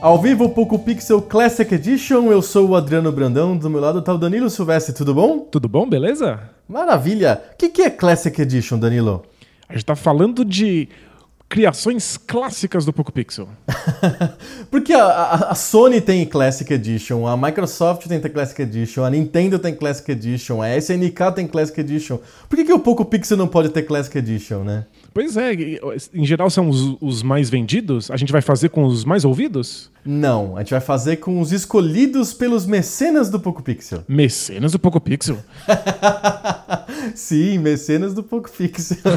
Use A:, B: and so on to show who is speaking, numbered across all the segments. A: Ao vivo, Poco Pixel Classic Edition, eu sou o Adriano Brandão, do meu lado tá o Danilo Silvestre, tudo bom?
B: Tudo bom, beleza?
A: Maravilha! O que, que é Classic Edition, Danilo?
B: A gente tá falando de criações clássicas do Poco Pixel.
A: Porque a, a- a Sony tem Classic Edition, a Microsoft tem Classic Edition, a Nintendo tem Classic Edition, a SNK tem Classic Edition. Por que, que o Poco Pixel não pode ter Classic Edition, né?
B: Pois é, e, em geral são os, os mais vendidos, a gente vai fazer com os mais ouvidos?
A: Não, a gente vai fazer com os escolhidos pelos mecenas do Poco Pixel.
B: Mecenas do Poco Pixel.
A: Sim, mecenas do Poco Pixel.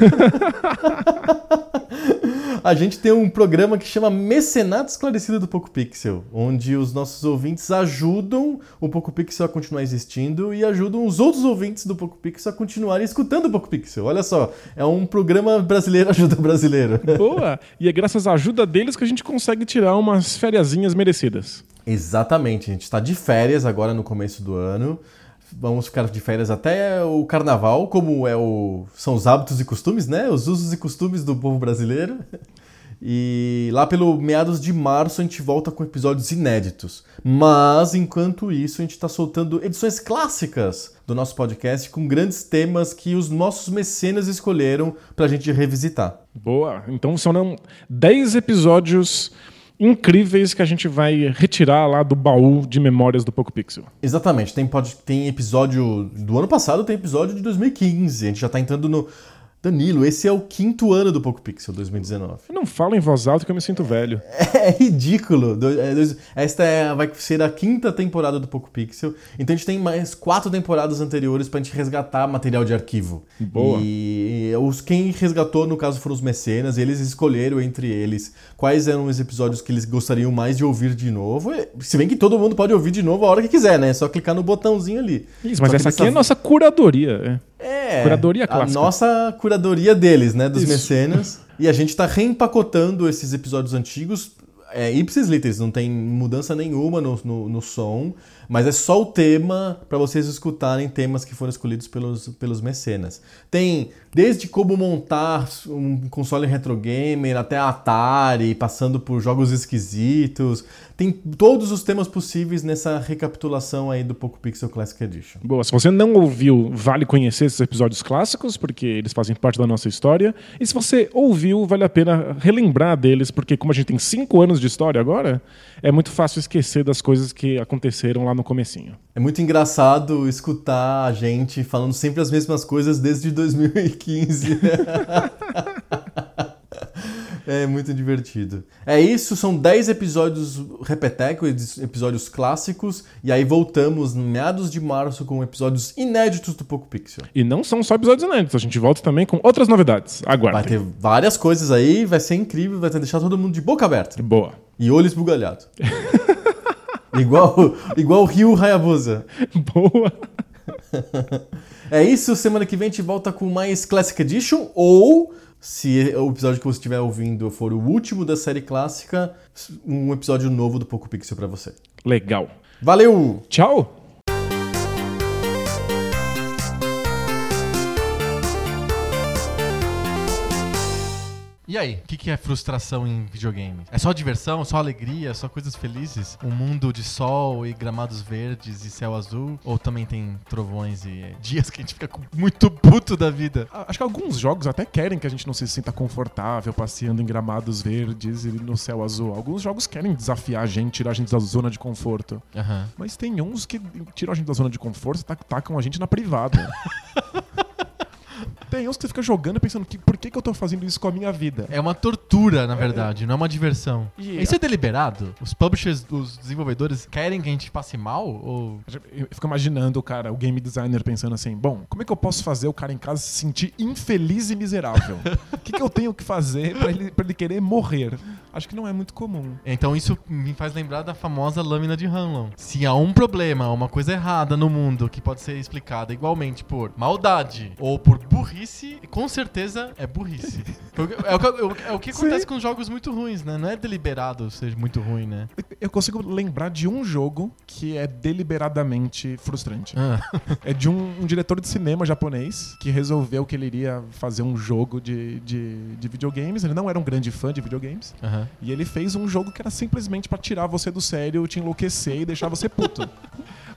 A: A gente tem um programa que chama Mecenato Esclarecido do Poco Pixel, onde os nossos ouvintes ajudam o Poco Pixel a continuar existindo e ajudam os outros ouvintes do Poco Pixel a continuarem escutando o Poco Pixel. Olha só, é um programa brasileiro ajuda brasileiro.
B: Boa! E é graças à ajuda deles que a gente consegue tirar umas fériasinhas merecidas.
A: Exatamente, a gente está de férias agora no começo do ano. Vamos ficar de férias até o carnaval, como é o... são os hábitos e costumes, né? Os usos e costumes do povo brasileiro. E lá pelo meados de março a gente volta com episódios inéditos. Mas enquanto isso, a gente está soltando edições clássicas do nosso podcast com grandes temas que os nossos mecenas escolheram para a gente revisitar.
B: Boa! Então são 10 episódios incríveis que a gente vai retirar lá do baú de memórias do Poco Pixel.
A: Exatamente, tem, pod- tem episódio do ano passado, tem episódio de 2015. A gente já tá entrando no. Danilo, esse é o quinto ano do Poco Pixel 2019.
B: Eu não falo em voz alta que eu me sinto velho.
A: É ridículo. Do- é, dois- Esta é- vai ser a quinta temporada do Poco Pixel. Então a gente tem mais quatro temporadas anteriores pra gente resgatar material de arquivo.
B: Boa.
A: E os, quem resgatou, no caso, foram os mecenas. E eles escolheram entre eles quais eram os episódios que eles gostariam mais de ouvir de novo. E- Se bem que todo mundo pode ouvir de novo a hora que quiser, né? É só clicar no botãozinho ali.
B: Isso, mas
A: Só que
B: essa aqui
A: dessa
B: é a nossa curadoria. é.
A: é,
B: Curadoria
A: A
B: clássica.
A: nossa curadoria deles, né? Dos
B: Isso.
A: mecenas. E a gente tá reempacotando esses episódios antigos. É ipsis literis, não tem mudança nenhuma no, no, no som, mas é só o tema pra vocês escutarem temas que foram escolhidos pelos, pelos mecenas. Tem desde como montar um console retro gamer até Atari, passando por jogos esquisitos. Tem todos os temas possíveis nessa recapitulação aí do Poco Pixel Classic Edition.
B: Boa, se você não ouviu, vale conhecer esses episódios clássicos, porque eles fazem parte da nossa história. E se você ouviu, vale a pena relembrar deles, porque como a gente tem cinco anos de história agora, é muito fácil esquecer das coisas que aconteceram lá no comecinho.
A: É muito engraçado escutar a gente falando sempre as mesmas coisas desde 2015. é muito divertido. É isso, são 10 episódios repeteco, edi- episódios clássicos, e aí voltamos em meados de março com episódios inéditos do Poco Pixel.
B: E não são só episódios inéditos, a gente volta também com outras novidades.
A: Vai
B: Aguardem.
A: ter várias coisas aí, vai ser incrível, vai ter deixar todo mundo de boca aberta
B: Boa.
A: e olho esbugalhado. igual, igual o Rio Hayabusa.
B: Boa.
A: É isso, semana que vem a gente volta com mais Classic Edition ou se o episódio que você estiver ouvindo for o último da série clássica, um episódio novo do Poco Pixel pra você.
B: Legal.
A: Valeu!
B: Tchau.
C: E aí, o que, que é frustração em videogame? É só diversão, só alegria, só coisas felizes? Um mundo de sol e gramados verdes e céu azul? Ou também tem trovões e é, dias que a gente fica com muito puto da vida?
B: Ah, Acho que alguns jogos até querem que a gente não se sinta confortável passeando em gramados verdes e no céu azul. Alguns jogos querem desafiar a gente, tirar a gente da zona de conforto.
C: Aham.
B: Mas tem uns que tiram a gente da zona de conforto e tac- tacam a gente na privada. tem uns que você fica jogando e pensando que por que, que eu tô fazendo isso com a minha vida?
A: É uma tortura, na verdade, não é uma diversão.
B: E-
A: Isso é deliberado? Os publishers, os desenvolvedores querem que a gente passe mal? Ou...
B: Eu fico imaginando, cara, o game designer pensando assim: bom, como é que eu posso fazer o cara em casa se sentir infeliz e miserável? O que, que eu tenho que fazer pra ele, pra ele querer morrer? Acho que não é muito comum.
A: Então isso me faz lembrar da famosa lâmina de Hanlon. Se há um problema, uma coisa errada no mundo que pode ser explicada igualmente por maldade ou por burrice, com certeza é burrice. Foi o que- É o que, é o que acontece
B: Sim.
A: com jogos muito ruins, né? Não é deliberado ser muito ruim, né?
B: Eu consigo lembrar de um jogo que é deliberadamente frustrante.
A: Ah.
B: É de um, um diretor de cinema japonês que resolveu que ele iria fazer um jogo de, de, de videogames. Ele não era um grande fã de videogames.
A: Aham.
B: E ele fez um jogo que era simplesmente pra tirar você do sério, te enlouquecer e deixar você puto.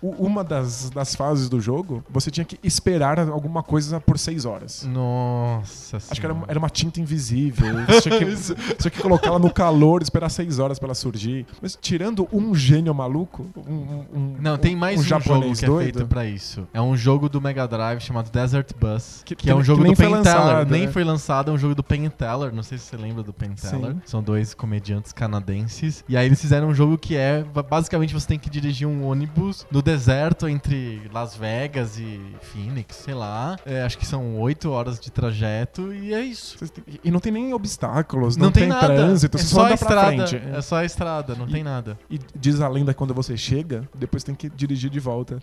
B: U- Uma das, das fases do jogo, você tinha que esperar alguma coisa por seis horas.
A: Nossa
B: Acho que era,
A: senhora.
B: era uma tinta invisível. Você tinha, que, você tinha que colocar ela no calor, esperar seis horas pra ela surgir. Mas tirando um gênio maluco, um, um- um-
A: Não, tem mais um, jogo
B: japonês
A: que é
B: doido,
A: feito pra isso. É um jogo do Mega Drive chamado Desert Bus, que,
B: Que-
A: é um
B: que
A: jogo
B: nem
A: do
B: foi
A: Penn and
B: lançado,
A: Teller. Nem
B: né?
A: foi lançado, é um jogo do Penn and Teller. Não sei se você lembra do Penn and Teller.
B: Sim.
A: São dois comediantes canadenses. E aí eles fizeram um jogo que é, ba- basicamente, você tem que dirigir um ônibus no deserto entre Las Vegas e Phoenix, sei lá. É, acho que são oito horas de trajeto e é isso.
B: Vocês têm- E não tem nem obstáculos,
A: Não,
B: não,
A: tem,
B: tem,
A: nada.
B: trânsito,
A: é
B: você
A: só
B: só
A: a
B: anda pra
A: estrada.
B: frente.
A: É só a estrada, não
B: E-
A: tem nada.
B: E diz a lenda que quando você chega, depois tem que dirigir de volta.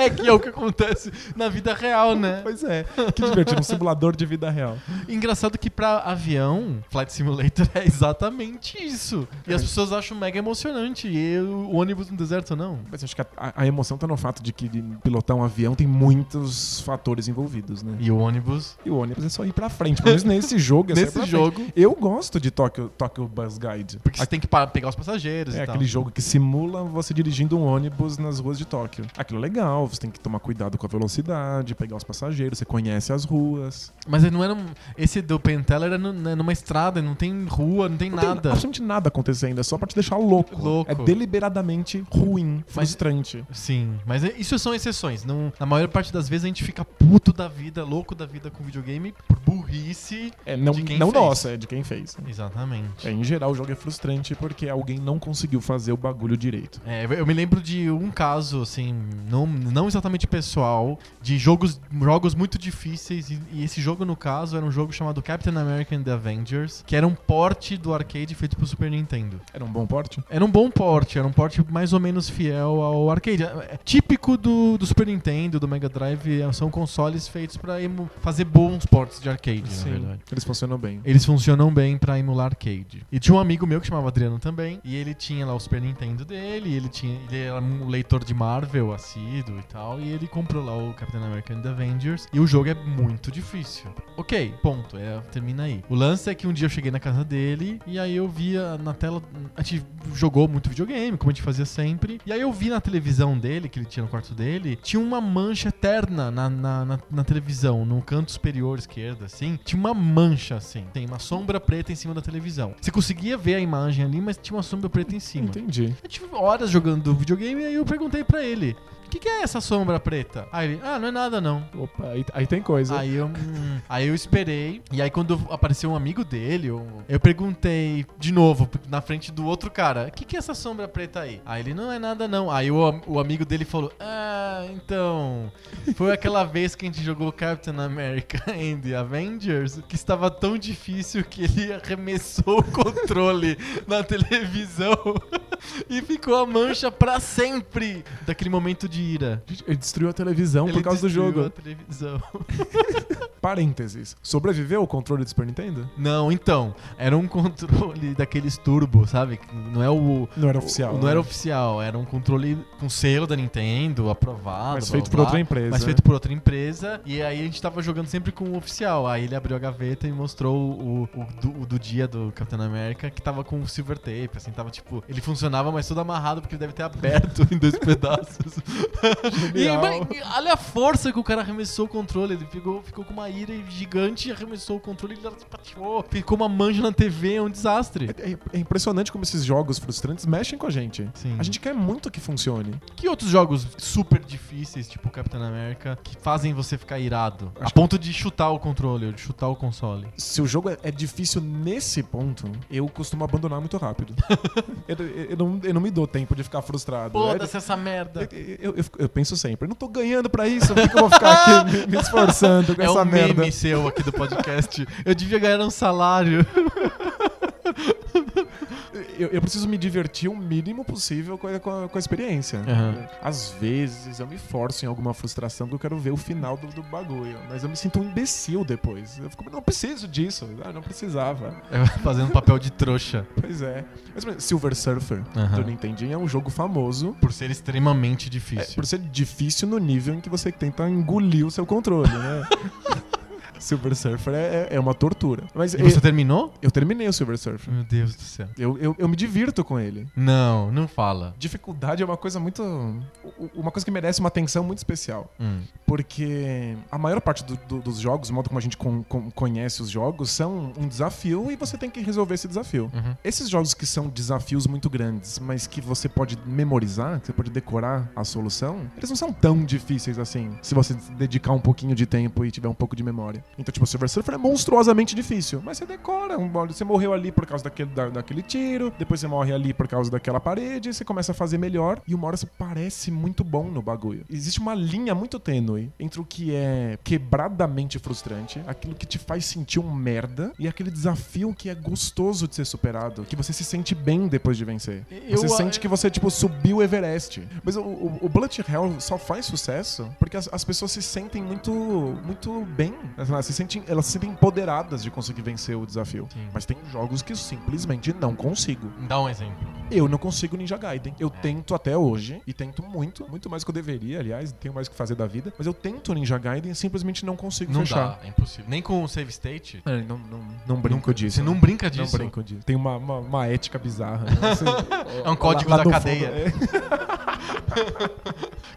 A: é que é o que acontece na vida real, né?
B: Pois é, que divertido, um simulador de vida real.
A: Engraçado que pra avião, Flight Simulator é exatamente isso. E as pessoas acham mega emocionante. E o ônibus no deserto, não.
B: Mas acho que a, a emoção tá no fato de que de pilotar um avião tem muitos fatores envolvidos, né?
A: E o ônibus,
B: E o ônibus é só ir pra frente, pelo menos nesse jogo. É só ir
A: nesse
B: pra
A: jogo,
B: frente. Eu gosto de Tokyo, Tokyo Bus Guide.
A: porque você tem que pa- pegar os passageiros
B: É
A: e tal.
B: aquele jogo que simula você dirigindo um ônibus nas ruas de Tóquio. Aquilo é legal, você tem que tomar cuidado com a velocidade, pegar os passageiros, você conhece as ruas.
A: Mas ele não era um... Esse do Pentel era nu- né, numa estrada, não tem rua, não tem
B: Não tem
A: nada.
B: absolutamente nada acontecendo, é só pra te deixar louco.
A: Louco.
B: É deliberadamente ruim, frustrante.
A: Sim, mas é- isso são exceções. Não, na maior parte das vezes a gente fica puto da vida, louco da vida com videogame por burrice.
B: É, não
A: De quem
B: não
A: fez.
B: nossa, é de quem fez.
A: Exatamente.
B: É, em geral, o jogo é frustrante porque alguém não conseguiu fazer o bagulho direito.
A: É, eu me lembro de um caso, assim, não, não exatamente pessoal, de jogos, jogos muito difíceis, e, e esse jogo, no caso, era um jogo chamado Captain America and the Avengers, que era um porte do arcade feito pro Super Nintendo.
B: Era um bom porte?
A: Era um bom porte, era um porte mais ou menos fiel ao arcade. É Típico do, do Super Nintendo, do Mega Drive, são consoles feitos pra emu- fazer bons portes de arcade, na É, verdade.
B: Eles funcionam bem.
A: Eles funcionam bem pra emular arcade. E tinha um amigo meu que chamava Adriano também, e ele tinha lá o Super Nintendo dele, e ele tinha, ele era um leitor de Marvel assíduo e tal, e ele comprou lá o Capitão America and the Avengers, e o jogo é muito difícil. OK, ponto, é, termina aí. O lance é que um dia eu cheguei na casa dele e aí eu via na tela, a gente jogou muito videogame, como a gente fazia sempre, e aí eu vi na televisão dele, que ele tinha no quarto dele, tinha uma mancha eterna na, na, na- na televisão, no canto superior esquerdo, assim, tinha uma mancha, assim, tem uma sombra preta em cima da televisão. Você conseguia ver a imagem ali, mas tinha uma sombra preta em cima.
B: Entendi.
A: Eu tive horas jogando videogame e aí eu perguntei pra ele, o que, que é essa sombra preta? Aí ele, ah, não é nada não.
B: Opa, aí, aí tem coisa.
A: Aí eu, hum, aí eu esperei. E aí quando apareceu um amigo dele, eu, eu perguntei de novo, na frente do outro cara, o que, que é essa sombra preta aí? Aí ele, não é nada não. Aí o, am- o amigo dele falou, ah, então, foi aquela vez que a gente jogou Captain America and the Avengers, que estava tão difícil que ele arremessou o controle na televisão e ficou a mancha pra sempre daquele momento de ira.
B: Gente, Ele destruiu a televisão
A: Ele
B: por causa do
A: destruiu
B: jogo.
A: a televisão.
B: Parênteses. Sobreviveu o controle do Super Nintendo?
A: Não, então, era um controle daqueles turbo, sabe? Não é o.
B: Não era oficial.
A: Não
B: né?
A: era oficial, era um controle com selo da Nintendo, aprovado.
B: Mas
A: blá, blá,
B: feito por
A: blá,
B: outra empresa.
A: Tá Mas feito por outra empresa. E aí a gente tava jogando sempre com o oficial. Aí ele abriu a gaveta e mostrou o, o do, o do dia do Capitão América, que tava com silver tape, assim, tava tipo. Ele funcionava, mas todo amarrado, porque ele deve ter aberto em dois pedaços. e,
B: Genial.
A: mas- e olha a força que o cara arremessou o controle, ele ficou, ficou com uma ira gigante, arremessou o controle e pateou. Ficou uma manja na TV, é um desastre.
B: É, é impressionante como esses jogos frustrantes mexem com a gente.
A: Sim.
B: A gente quer muito que funcione.
A: Que outros jogos super difíceis, tipo Capitão América, que fazem você ficar irado?
B: Acho
A: a ponto de chutar o controle, ou de chutar o console.
B: Se o jogo é- é difícil nesse ponto, eu costumo abandonar muito rápido. eu, eu- eu não, eu não me dou tempo de ficar frustrado. É-
A: Foda-se né? essa merda.
B: Eu, eu- eu fico- eu penso sempre, eu não tô ganhando pra isso, por que, que eu vou ficar aqui me, me esforçando com
A: É
B: essa
A: um
B: merda?
A: meme seu aqui do podcast. Eu devia ganhar um salário.
B: Eu, eu preciso me divertir o mínimo possível com a, com a- com a experiência.
A: Aham.
B: Às vezes eu me forço em alguma frustração que eu quero ver o final do, do bagulho, mas eu me sinto um imbecil depois. Eu fico, não preciso disso, ah, não precisava.
A: Fazendo papel de trouxa.
B: Pois é. Mas, por exemplo, Silver Surfer
A: Aham.
B: do Nintendinho é um jogo famoso
A: Por ser extremamente
B: é,
A: difícil.
B: por ser difícil no nível em que você tenta engolir o seu controle, né? Silver Surfer é, é- é uma tortura. Mas
A: E você
B: eu,
A: terminou?
B: eu terminei o Silver Surfer.
A: Meu Deus do céu.
B: Eu, eu, eu me divirto com ele.
A: Não, não fala.
B: Dificuldade é uma coisa muito. u- Uma coisa que merece uma atenção muito especial.
A: Hum.
B: Porque a maior parte do- do- dos jogos, o modo como a gente con- con- conhece os jogos, são um desafio e você tem que resolver esse desafio.
A: Uhum.
B: Esses jogos que são desafios muito grandes, mas que você pode memorizar, que você pode decorar a solução, eles não são tão difíceis assim, se você dedicar um pouquinho de tempo e tiver um pouco de memória. Então, tipo, o Silver Surfer é monstruosamente difícil, mas você decora. um- Você morreu ali por causa daquele, da- daquele tiro, depois você morre ali por causa daquela parede, você começa a fazer melhor e uma hora você parece muito bom no bagulho. Existe uma linha muito tênue entre o que é quebradamente frustrante, aquilo que te faz sentir um merda, e aquele desafio que é gostoso de ser superado, que você se sente bem depois de vencer.
A: Eu-
B: você sente que você, tipo, subiu o Everest. Mas o, o, o Bullet Hell só faz sucesso porque as, as pessoas se sentem muito, muito bem. Elas se, sentem, elas se sentem empoderadas de conseguir vencer o desafio.
A: Sim.
B: Mas tem jogos que eu simplesmente não consigo.
A: Dá um exemplo.
B: Eu não consigo Ninja Gaiden.
A: É.
B: Eu tento até hoje, e tento muito, muito mais que eu deveria, aliás, tenho mais o que fazer da vida, mas eu tento Ninja Gaiden e simplesmente não consigo
A: Não dá,
B: fechar.
A: é impossível. Nem com o save state.
B: É, Não, não, não brinco
A: Nunca-
B: disso. né?
A: Você não brinca
B: Não
A: disso.
B: brinco disso. Tem uma, uma, uma ética bizarra. né? Assim,
A: É um código
B: lá- lá
A: da
B: no
A: cadeia.
B: fundo, é.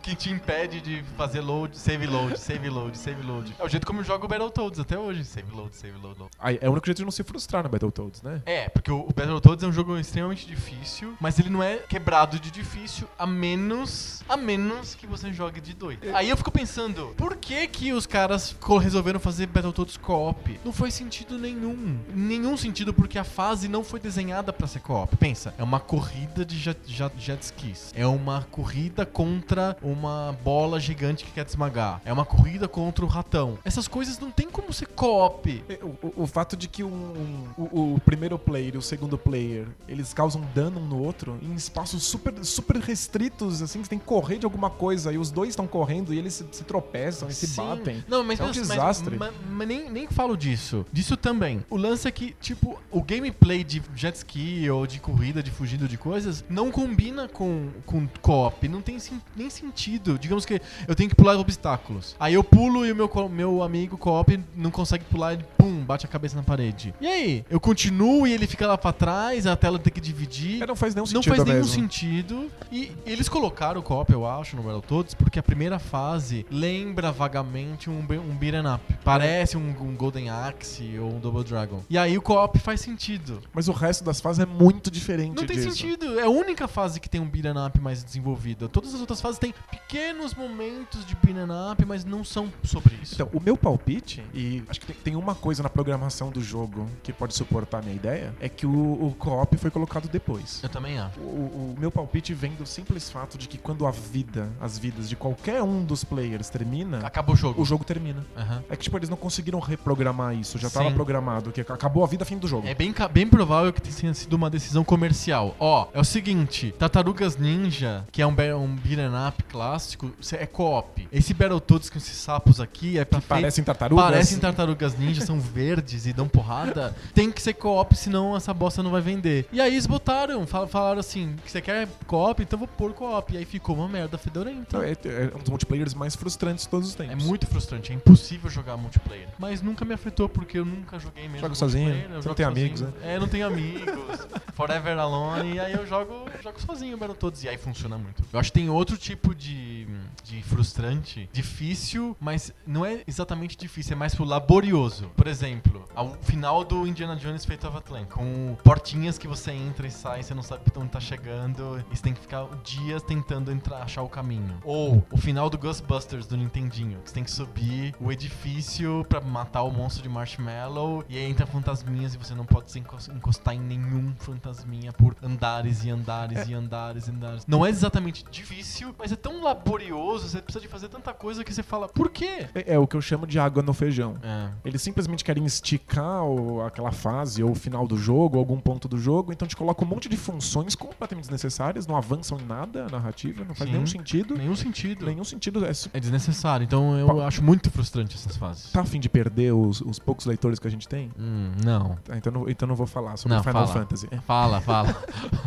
A: que te impede de fazer load, save load, save load, save load. É o jeito como eu jogo o Battletoads até hoje. Save load, save load, load.
B: Aí, é o único jeito de não se frustrar no Battletoads, né?
A: É, porque o o Battletoads é um jogo extremamente difícil, mas ele não é quebrado de difícil, a menos, a menos que você jogue de dois. Aí eu fico pensando, por que que os caras co- resolveram fazer Battletoads co-op? Não faz sentido nenhum. Nenhum sentido, porque a fase não foi desenhada pra ser co-op. Pensa, é uma corrida de jet, jet, jet skis. É uma corrida contra uma bola gigante que quer te esmagar. É uma corrida contra o ratão. Essas coisas não tem como ser co-op.
B: É, O, o- o fato de que um- um- o, o primeiro player e o segundo player eles causam dano um no outro em espaços super, super restritos, assim, que você tem que correr de alguma coisa e os dois estão correndo e eles se, se tropeçam e se
A: Sim.
B: batem.
A: Não, mas,
B: É um
A: mas-
B: desastre.
A: Mas, mas nem, nem falo disso. Disso também. O lance é que, tipo, o gameplay de jet ski ou de corrida, de fugindo de coisas, não combina com, com co-op. Não tem sen- nem sentido. Digamos que eu tenho que pular obstáculos. Aí eu pulo e o meu, co- meu amigo co-op não consegue pular e pum, bate a cabeça na parede. E aí? Eu continuo e ele fica lá pra trás, a tela tem que dividir.
B: É, não faz nenhum
A: Não
B: sentido.
A: faz nenhum
B: mesmo.
A: sentido. E eles colocaram o co-op, eu acho, no Battletoads, porque a primeira fase lembra vagamente um, be- um beat'em up. Parece um, um Golden Axe ou um Double Dragon. E aí o co-op faz sentido.
B: Mas o resto das fases é muito diferente
A: Não tem
B: disso.
A: sentido. É a única fase que tem um beat'em up mais desenvolvida. Todas as outras fases têm pequenos momentos de beat'em up, mas não são sobre isso.
B: Então, o meu palpite, e acho que tem- tem uma coisa na programação do jogo que pode suportar a minha ideia, é que o, o co-op foi colocado depois.
A: eu também acho.
B: O, o meu palpite vem do simples fato de que quando a vida, as vidas de qualquer um dos players termina,
A: Acabou o jogo.
B: o jogo termina.
A: Aham.
B: É que, tipo, eles não conseguiram reprogramar isso, já
A: Sim.
B: tava programado, que acabou a vida, fim do jogo.
A: É bem, ca- bem provável que tenha sido uma decisão comercial. Ó, é o seguinte: Tartarugas Ninja, que é um, ba- um beat'em up clássico, cê- é co-op. Esse Battletoads com esses sapos aqui é pra
B: Que parecem tartarugas.
A: Parecem tartarugas ninja, são verdes e dão porrada. Tem que ser co-op, senão essa bosta não vai vender. E aí eles botaram, fal- falaram assim: que você quer co-op, então vou pôr co-op. E aí ficou uma merda fedorenta.
B: Então, é, é um dos multiplayers mais frustrantes de todos os tempos.
A: É muito frustrante, é impossível jogar multiplayer. Mas nunca me afetou porque eu nunca joguei mesmo.
B: Joga sozinho?
A: multiplayer, eu
B: Você não
A: jogo
B: tem
A: sozinho.
B: amigos, né?
A: É, eu não tenho amigos. Forever Alone, e aí eu jogo, jogo sozinho, Battletoads, e aí funciona muito. Eu acho que tem outro tipo de, de frustrante, difícil, mas não é exatamente difícil, é mais pro laborioso. Por exemplo, ao final do Indiana Jones Fate of Atlantis, com portinhas que você entra e sai, você não sabe onde tá chegando, e você tem que ficar dias tentando entrar, achar o caminho. Ou o final do Ghostbusters do Nintendinho, que você tem que subir o edifício pra matar o monstro de Marshmallow, e aí entra fantasminhas e você não pode se encos- encostar em nenhum fantasminha por andares e andares e andares e andares. Não é exatamente difícil, mas é tão laborioso, você precisa de fazer tanta coisa que você fala, por quê?
B: É, é o que eu chamo de água no feijão.
A: É.
B: Eles simplesmente querem esticar o- aquela fase ou o final do jogo, algum ponto do jogo, então te coloca um monte de funções completamente desnecessárias, não avançam em nada a narrativa, não faz
A: Sim.
B: nenhum sentido.
A: Nenhum sentido.
B: Nenhum sentido. É, su-
A: É desnecessário, então eu
B: Pa-
A: acho muito frustrante essas fases.
B: tá a fim de perder os, os poucos leitores que a gente tem?
A: Hum, não.
B: Tá, então, não, então não vou falar sobre
A: Não,
B: Final
A: fala.
B: Fantasy. É
A: Fala, fala.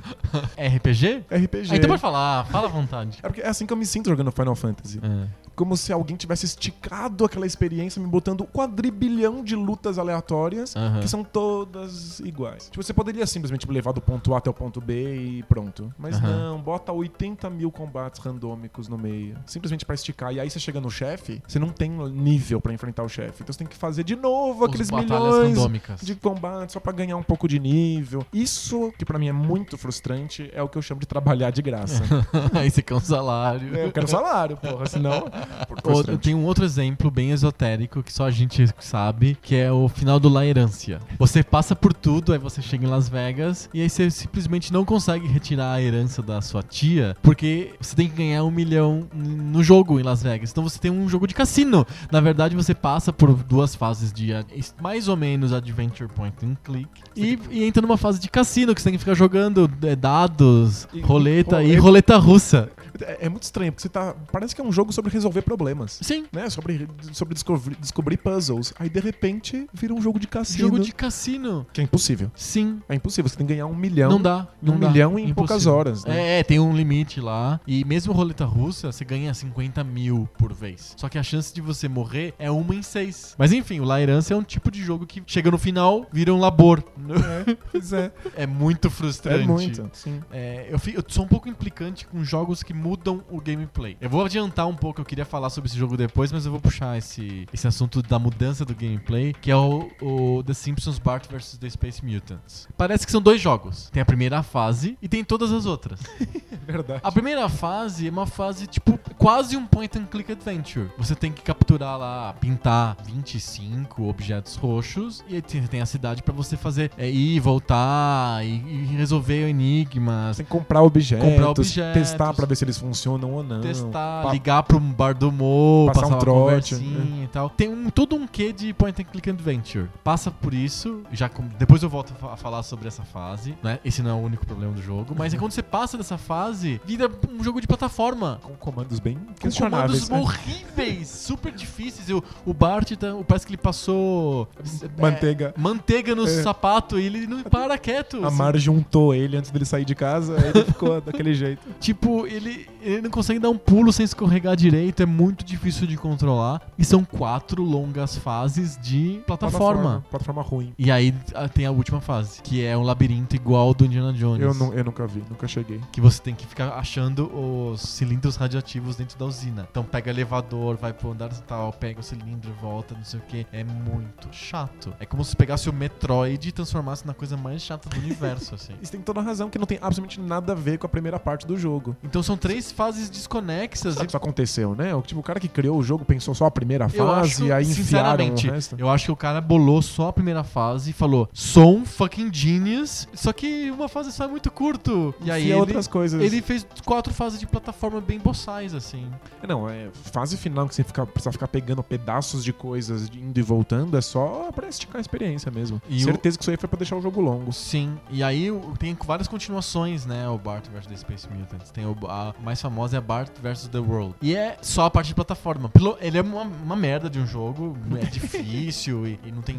A: É RPG?
B: RPG.
A: Ah, então pode falar, fala à vontade.
B: É porque é assim que eu me sinto jogando Final Fantasy.
A: É.
B: Como se alguém tivesse esticado aquela experiência, me botando quadrilhão de lutas aleatórias
A: Aham.
B: que são todas iguais. Tipo, você poderia simplesmente levar do ponto A até o ponto B e pronto. Mas
A: Aham.
B: não, bota 80 mil combates randômicos no meio. Simplesmente pra esticar. E aí você chega no chefe, você não tem nível pra enfrentar o chefe. Então você tem que fazer de novo
A: Os
B: aqueles
A: batalhas
B: milhões
A: randômicas.
B: de combate só pra ganhar um pouco de nível. Isso, que pra mim é muito frustrante, é o que eu chamo de trabalhar de graça.
A: Aí você quer um salário.
B: É, eu quero salário, porra, senão.
A: Outro, tem um outro exemplo bem esotérico que só a gente sabe, que é o final do La Herância. Você passa por tudo, aí você chega em Las Vegas e aí você simplesmente não consegue retirar a herança da sua tia, porque você tem que ganhar um milhão n- no jogo em Las Vegas. Então você tem um jogo de cassino. Na verdade, você passa por duas fases de a- mais ou menos Adventure Point and Click e, e entra numa fase de cassino que você tem que ficar jogando é, dados,
B: E-
A: roleta e roleta
B: roleta.
A: russa.
B: É, é muito estranho, porque você tá. Parece que é um jogo sobre resolver problemas.
A: Sim.
B: Né? Sobre, sobre descobrir, descobrir puzzles. Aí de repente vira um jogo de cassino.
A: Jogo de cassino.
B: Que é impossível.
A: Sim.
B: É impossível. Você tem que ganhar um milhão.
A: Não dá.
B: em um
A: não dá.
B: milhão em poucas horas, né?
A: É, é, tem um limite lá. E mesmo roleta russa, você ganha 50 mil por vez. Só que a chance de você morrer é uma em seis. Mas enfim, o La Herança é um tipo de jogo que chega no final, vira um labor.
B: Pois é.
A: É muito
B: É
A: frustrante.
B: muito. Sim.
A: É, eu, fi- eu sou um pouco implicante com jogos que mudam o gameplay. Eu vou adiantar um pouco, eu queria falar sobre esse jogo depois, mas eu vou puxar esse, esse assunto da mudança do gameplay, que é o, o The Simpsons Bart vs. The Space Mutants. Parece que são dois jogos. Tem a primeira fase e tem todas as outras.
B: É verdade.
A: A primeira fase é uma fase, tipo, quase um point and click adventure. Você tem que capturar lá, pintar 25 objetos roxos e aí tem- tem a cidade pra você fazer é, ir, voltar e, e resolver enigmas.
B: Você tem que comprar objetos,
A: Comprar objetos.
B: testar pra ver se eles funcionam ou não.
A: testar,
B: Pa-
A: ligar pro bar do Mo,
B: Passar
A: passar,
B: um
A: uma
B: trote, né?
A: conversinha e tal. Tem um, todo um quê de point and click adventure. Passa por isso, já com- depois eu volto a fa- a falar sobre essa fase, né? Esse não é o único problema do jogo, mas é quando você passa dessa fase, vira um jogo de plataforma.
B: Com comandos bem
A: Com comandos
B: questionáveis. né?
A: horríveis, super difíceis. O, o Bart tá- parece que ele passou é,
B: Manteiga.
A: manteiga no
B: É.
A: sapato e ele não para quieto.
B: A
A: assim.
B: Mar juntou ele antes dele sair de casa, aí ele ficou daquele jeito.
A: Tipo, ele, ele não consegue dar um pulo sem escorregar direito, é muito difícil de controlar. E são quatro longas fases de plataforma.
B: Plataforma ruim.
A: E aí a- tem a última fase, que é um labirinto igual ao do Indiana Jones.
B: Eu, nu- eu nunca vi, nunca cheguei.
A: Que você tem que ficar achando os cilindros radioativos dentro da usina. Então pega elevador, vai pro andar tal, pega o cilindro, volta, não sei o que. É muito chato. É como se pegasse o Metroid e transformasse na coisa mais chata do universo, assim.
B: Isso tem toda a razão, que não tem absolutamente nada a ver com a primeira parte do jogo.
A: Então são três fases desconexas.
B: Sabe
A: e
B: que isso aconteceu, né? O, tipo, o cara que criou o jogo pensou só a primeira fase e aí enfiaram o
A: sinceramente,
B: resto.
A: eu acho que o cara bolou só a primeira fase e falou: sou um fucking genius, só que uma fase só é muito curto. E aí
B: Enfia
A: ele,
B: outras coisas.
A: ele fez quatro fases de plataforma bem boçais, assim.
B: Não, é fase final que você fica, precisa ficar pegando pedaços de coisas, de indo e voltando, é só pra esticar a experiência mesmo.
A: E
B: Certeza que isso aí foi pra deixar o jogo longo.
A: Sim, e aí o- tem várias continuações, né? O Bart vs The Space Mutants. Tem o, a mais famosa é a Bart vs The World. E é só a parte de plataforma. Pelo- Ele é uma, uma merda de um jogo, é difícil e, e não tem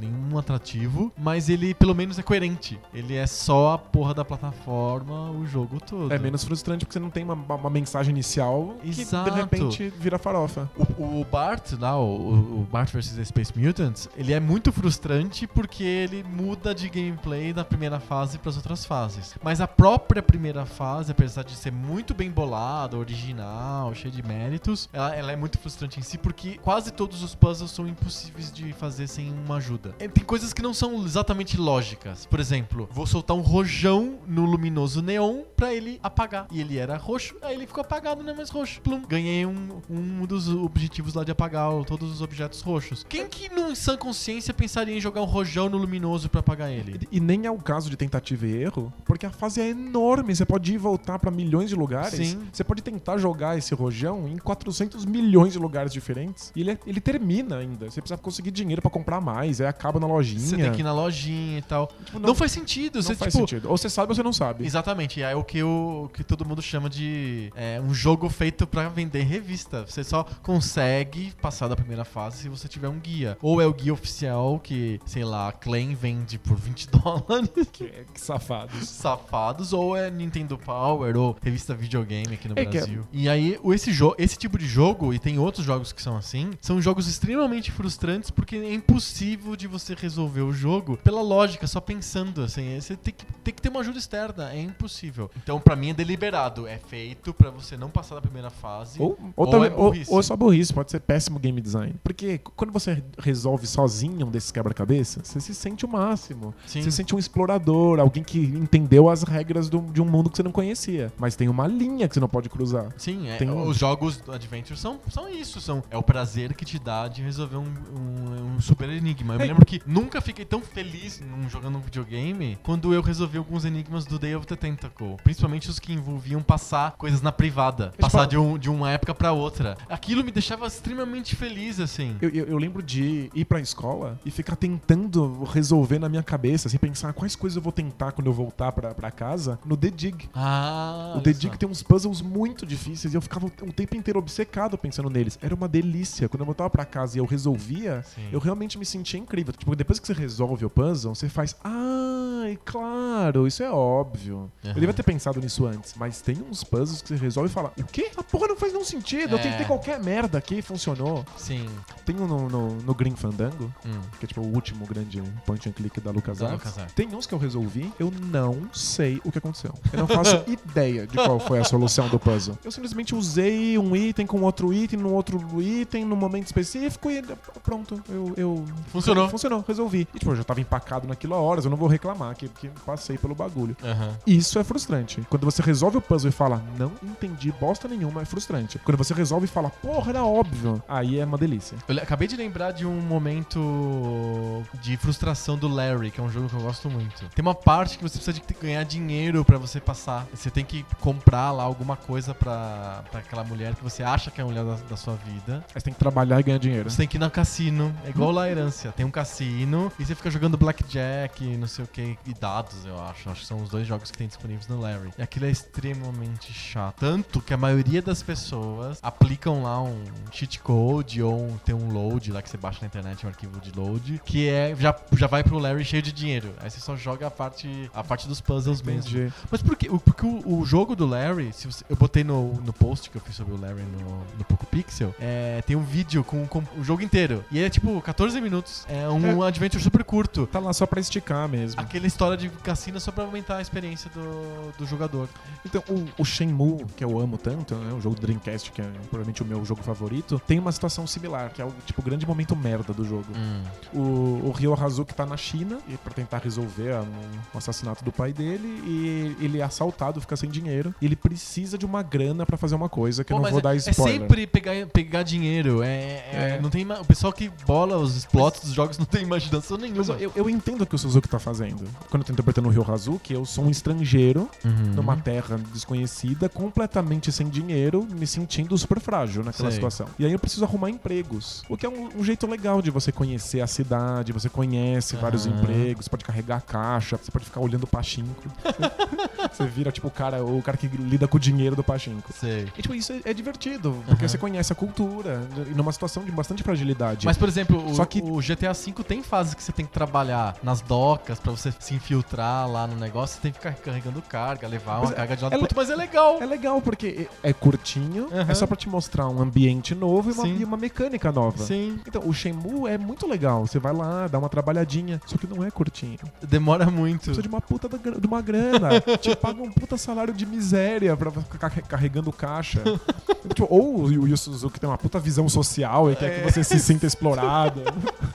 A: nenhum atrativo, mas ele pelo menos é coerente. Ele é só a porra da plataforma o jogo todo.
B: É menos frustrante porque você não tem uma, uma mensagem inicial
A: Exato.
B: que de repente vira farofa.
A: O, o Bart, lá, o, o- o Bart vs The Space Mutants, ele é muito frustrante porque ele muda de gameplay da primeira fase para as outras fases. Mas a própria primeira fase, apesar de ser muito bem embolada, original, cheia de méritos, ela, ela é muito frustrante em si porque quase todos os puzzles são impossíveis de fazer sem uma ajuda. E É, Tem coisas que não são exatamente lógicas. Por exemplo, vou soltar um rojão no luminoso neon pra ele apagar. E ele era roxo, aí ele ficou apagado, não é mais roxo. Plum. Ganhei um, um dos objetivos lá de apagar o- todos os objetos roxos. Quem que, num sã consciência, pensaria em jogar um rojão no luminoso pra apagar ele?
B: E nem é o caso de tentativa e erro, porque a fase é enorme. Você pode ir e voltar pra milhões de lugares.
A: Sim.
B: Você pode tentar jogar esse rojão em 400 milhões de lugares diferentes. E ele, é- ele termina ainda. Você precisa conseguir dinheiro pra comprar mais. Aí acaba na lojinha. Tipo,
A: Você tem que ir na lojinha e tal. não, faz sentido.
B: Então Não
A: você,
B: faz
A: tipo,
B: sentido. Ou você sabe ou você não sabe.
A: Exatamente, e é o que, o, o que todo mundo chama de é, um jogo feito pra vender em revista. Você só consegue passar da primeira fase se você tiver um guia. Ou é o guia oficial que, sei lá, a Clan vende por 20 dólares,
B: Que, que safados.
A: safados, ou é Nintendo Power, ou revista videogame aqui no
B: É que é-
A: Brasil. E aí, o- esse, jo esse tipo de jogo, e tem outros jogos que são assim, são jogos extremamente frustrantes porque é impossível de você resolver o jogo pela lógica, só pensando, assim. Você tem que, tem que ter uma ajuda externa, é impossível. Então, pra mim, é deliberado. É feito pra você não passar da primeira fase.
B: Ou, ou,
A: Ou
B: também-
A: é
B: ou-
A: burrice.
B: ou só burrice, pode ser péssimo game design. Porque c- quando você resolve sozinho um desses quebra-cabeça, você se sente o máximo.
A: Sim.
B: Você se sente um explorador, alguém que entendeu as regras do- de um mundo que você não conhecia. Mas tem uma linha que você não pode cruzar.
A: Sim, é,
B: Tem- um-
A: os jogos do Adventure são, são isso, são, é o prazer que te dá de resolver um, um- um super enigma. Eu
B: É.
A: me lembro que nunca fiquei tão feliz num, jogando um videogame quando eu resolvi alguns enigmas do Day of the Tentacle. Principalmente os que envolviam passar coisas na privada. Passar
B: falo-
A: de, um, de uma época pra outra. Aquilo me deixava extremamente feliz, assim.
B: Eu, eu- eu lembro de ir pra escola e ficar tentando resolver na minha cabeça, assim, pensar quais coisas eu vou tentar quando eu voltar pra, pra casa no The Dig.
A: Ah,
B: O
A: olha
B: The
A: só.
B: Dig tem uns puzzles muito difíceis e eu ficava o tempo inteiro obcecado pensando neles. Era uma delícia. Quando eu voltava pra casa e eu resolvia,
A: Sim.
B: eu realmente me sentia incrível. Tipo, depois que você resolve o puzzle, você faz. Ah, é claro, isso é óbvio. Eu
A: Aham.
B: devia ter pensado nisso antes, mas tem uns puzzles que você resolve e fala: O quê? A porra não faz nenhum sentido. Eu
A: É.
B: tentei qualquer merda aqui e funcionou.
A: Sim.
B: Tem um no, no, no Green Fandango,
A: Hum.
B: que é tipo o último grande point and click da
A: Da
B: LucasArts.
A: LucasArts.
B: Tem uns que eu resolvi, eu não sei o que aconteceu. Eu não faço ideia de qual foi a solução do puzzle. Eu simplesmente usei um item com outro item, num outro item, num momento específico e pronto, eu... eu-
A: Funcionou.
B: Funcionou, resolvi. E tipo, eu já tava empacado naquilo há horas, eu não vou reclamar aqui, porque passei pelo bagulho.
A: Aham.
B: Isso é frustrante. Quando você resolve o puzzle e fala, não entendi bosta nenhuma, é frustrante. Quando você resolve e fala, porra, era óbvio, aí é uma delícia.
A: Eu le- acabei de lembrar de um momento de frustração do Larry, que é um jogo que eu gosto muito. Tem uma parte que você precisa de te- ganhar dinheiro pra você passar. Você tem que comprar lá alguma coisa pra pra aquela mulher que você acha que é a mulher da, da sua vida.
B: Mas tem que trabalhar e ganhar dinheiro.
A: Você tem que ir no cassino. É igual lá a herança. Tem um cassino e você fica jogando blackjack, não sei o que, e dados, eu acho. Acho que são os dois jogos que tem disponíveis no Larry. E aquilo é extremamente chato. Tanto que a maioria das pessoas aplicam lá um cheat code ou um- tem um load lá que você baixa na internet, um arquivo de load, que é já, já vai pro Larry cheio de dinheiro. Aí você só joga a parte, a parte dos puzzles mesmo.
B: Entendi.
A: Mas por quê? O- Porque o, o jogo do Larry, se você- eu botei no, no post que eu fiz sobre o Larry no, no Poco Pixel, é, tem um vídeo com, com o jogo inteiro. E ele é tipo 14 minutos. É um adventure super curto.
B: Tá lá só pra esticar mesmo.
A: Aquela história de cassina só pra aumentar a experiência do, do jogador.
B: Então, o, o Shenmue, que eu amo tanto, né? O jogo do Dreamcast, que é provavelmente o meu jogo favorito, tem uma situação similar, que é o tipo o grande momento merda do jogo.
A: Hum.
B: O, o Ryo Hazuki tá na China e pra tentar resolver ah, um- o assassinato do pai dele e ele é assaltado, fica sem dinheiro. E ele precisa de uma grana pra fazer uma coisa que eu não vou
A: é,
B: dar
A: é
B: spoiler.
A: sempre pegar, pegar dinheiro. É, é-
B: É.
A: Não tem, ima- o pessoal que bola os plots dos jogos não tem imaginação
B: Mas
A: nenhuma.
B: eu, eu entendo o que o Suzuki tá fazendo. Quando eu tô interpretando o Ryo Hazuki, eu sou um estrangeiro
A: Uhum.
B: numa terra desconhecida, completamente sem dinheiro, me sentindo super frágil naquela
A: Sei.
B: situação. E aí eu preciso arrumar empregos. O que é um, um jeito legal de você conhecer a cidade, você conhece vários
A: Aham.
B: empregos, pode carregar caixa, você pode ficar olhando o pachinko. você vira tipo o cara, o cara que lida com o dinheiro do pachinko.
A: Sei.
B: E tipo, isso é, é divertido, porque
A: Aham.
B: você conhece a cultura, e numa situação de bastante fragilidade.
A: Mas, por exemplo, o,
B: Só que-
A: o GTA V tem fases que você tem que trabalhar nas docas pra você se infiltrar lá no negócio, você tem que ficar carregando carga, levar uma
B: Mas é-
A: carga de
B: é
A: lado
B: le-
A: puto, mas é legal.
B: É legal porque é curtinho,
A: Aham.
B: é só pra te mostrar um ambiente novo e uma,
A: Uhum. Sim.
B: e uma mecânica nova.
A: Sim,
B: Então, o Shenmue é muito legal. Você vai lá, dá uma trabalhadinha. Só que não é curtinho.
A: demora muito.
B: Precisa de uma puta da gra- de uma grana. te paga um puta salário de miséria pra ficar ca- carregando caixa. Tipo, ou o Yu Yu Suzuki tem uma puta visão social e quer que você
A: É.
B: se sinta explorado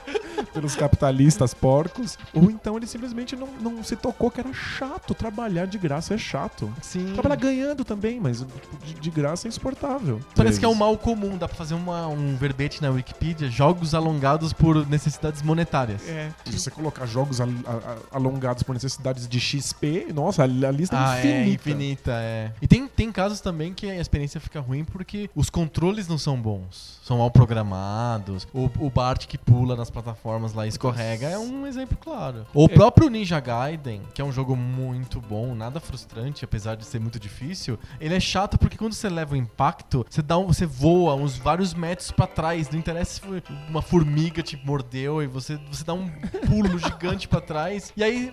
B: pelos capitalistas porcos. Ou então ele simplesmente não, não se tocou que era chato. Trabalhar de graça é chato.
A: Sim.
B: Trabalhar ganhando também, mas tipo, de, de graça é insuportável.
A: Parece que é um mal comum, dá pra fazer uma- um verbete na Wikipedia, jogos alongados por necessidades monetárias.
B: É. Se você colocar jogos al- a- a- alongados por necessidades de XP, nossa, a a lista
A: Ah,
B: é
A: é,
B: infinita.
A: infinita, é. E tem, tem casos também que a experiência fica ruim porque os controles não são bons. São mal programados. O, o Bart que pula nas plataformas lá e escorrega é um exemplo claro. Ou o próprio Ninja Gaiden, que é um jogo muito bom, nada frustrante, apesar de ser muito difícil, ele é chato porque quando você leva o impacto, você, dá um, você voa uns vários metros pra trás. Não interessa se foi uma formiga te mordeu e você, você dá um pulo gigante pra trás. E aí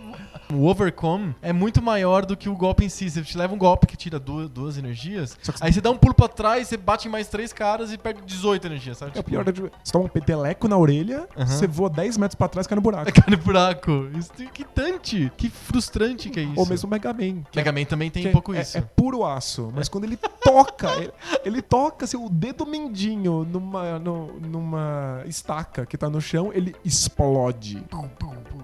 A: o overcome é muito maior do que o golpe em si. Você te leva um golpe que tira duas, duas energias, aí você dá um pulo pra trás, você bate em mais três caras e perde 18 energias, sabe?
B: É o
A: Tipo,
B: pior, é, tipo, você toma um peteleco na orelha,
A: Aham. É
B: você voa 10 metros pra trás e cai no buraco.
A: Cara, buraco. Isso, tem- que tante. Que frustrante que é isso.
B: Ou mesmo o Mega Man. que é-
A: Mega Man também tem
B: que
A: um pouco
B: é,
A: isso.
B: É puro aço, mas quando ele toca, ele, ele toca seu dedo mindinho numa, no- numa estaca que tá no chão, ele explode.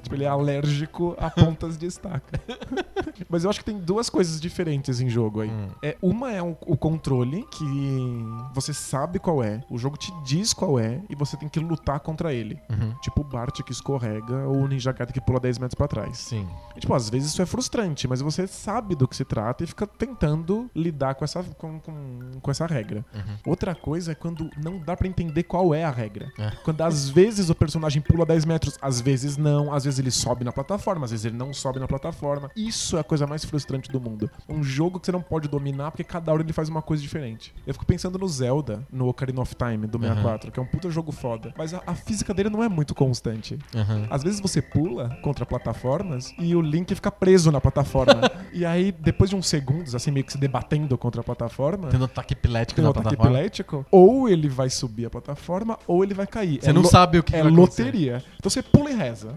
B: Tipo, ele é alérgico a pontas de estaca. mas eu acho que tem duas coisas diferentes em jogo aí.
A: Hum.
B: É, uma é o, o controle, que você sabe qual é, o jogo te diz qual é, e você tem que lutar contra ele.
A: Uhum.
B: Tipo o Bart que escorrega ou o Ninja Gaiden que pula 10 metros pra trás.
A: Sim.
B: E, tipo, às vezes isso é frustrante, mas você sabe do que se trata e fica tentando lidar com essa, com, com, com essa regra. Outra coisa é quando não dá pra entender qual é a regra.
A: É.
B: Quando às vezes o personagem pula 10 metros, às vezes não, às vezes ele sobe na plataforma, às vezes ele não sobe na plataforma. Isso é a coisa mais frustrante do mundo. Um jogo que você não pode dominar porque cada hora ele faz uma coisa diferente. Eu fico pensando no Zelda, no Ocarina of Time do 64, que é um puta jogo foda, mas a- a física dele não é muito constante.
A: Aham.
B: Às vezes você pula contra plataformas e o Link fica preso na plataforma. e aí, depois de uns segundos, assim, meio que se debatendo contra a plataforma,
A: Tendo ataque epilético
B: tem um
A: na
B: ataque
A: plataforma.
B: epilético, ou ele vai subir a plataforma, ou ele vai cair.
A: Você não
B: lo-
A: sabe o que que
B: É
A: vai acontecer.
B: loteria. Então você pula e reza.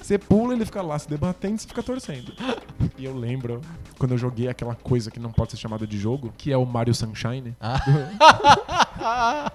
B: Você pula, ele fica lá se debatendo, você fica torcendo. E eu lembro quando eu joguei aquela coisa que não pode ser chamada de jogo, que é o Mario Sunshine
A: Ah.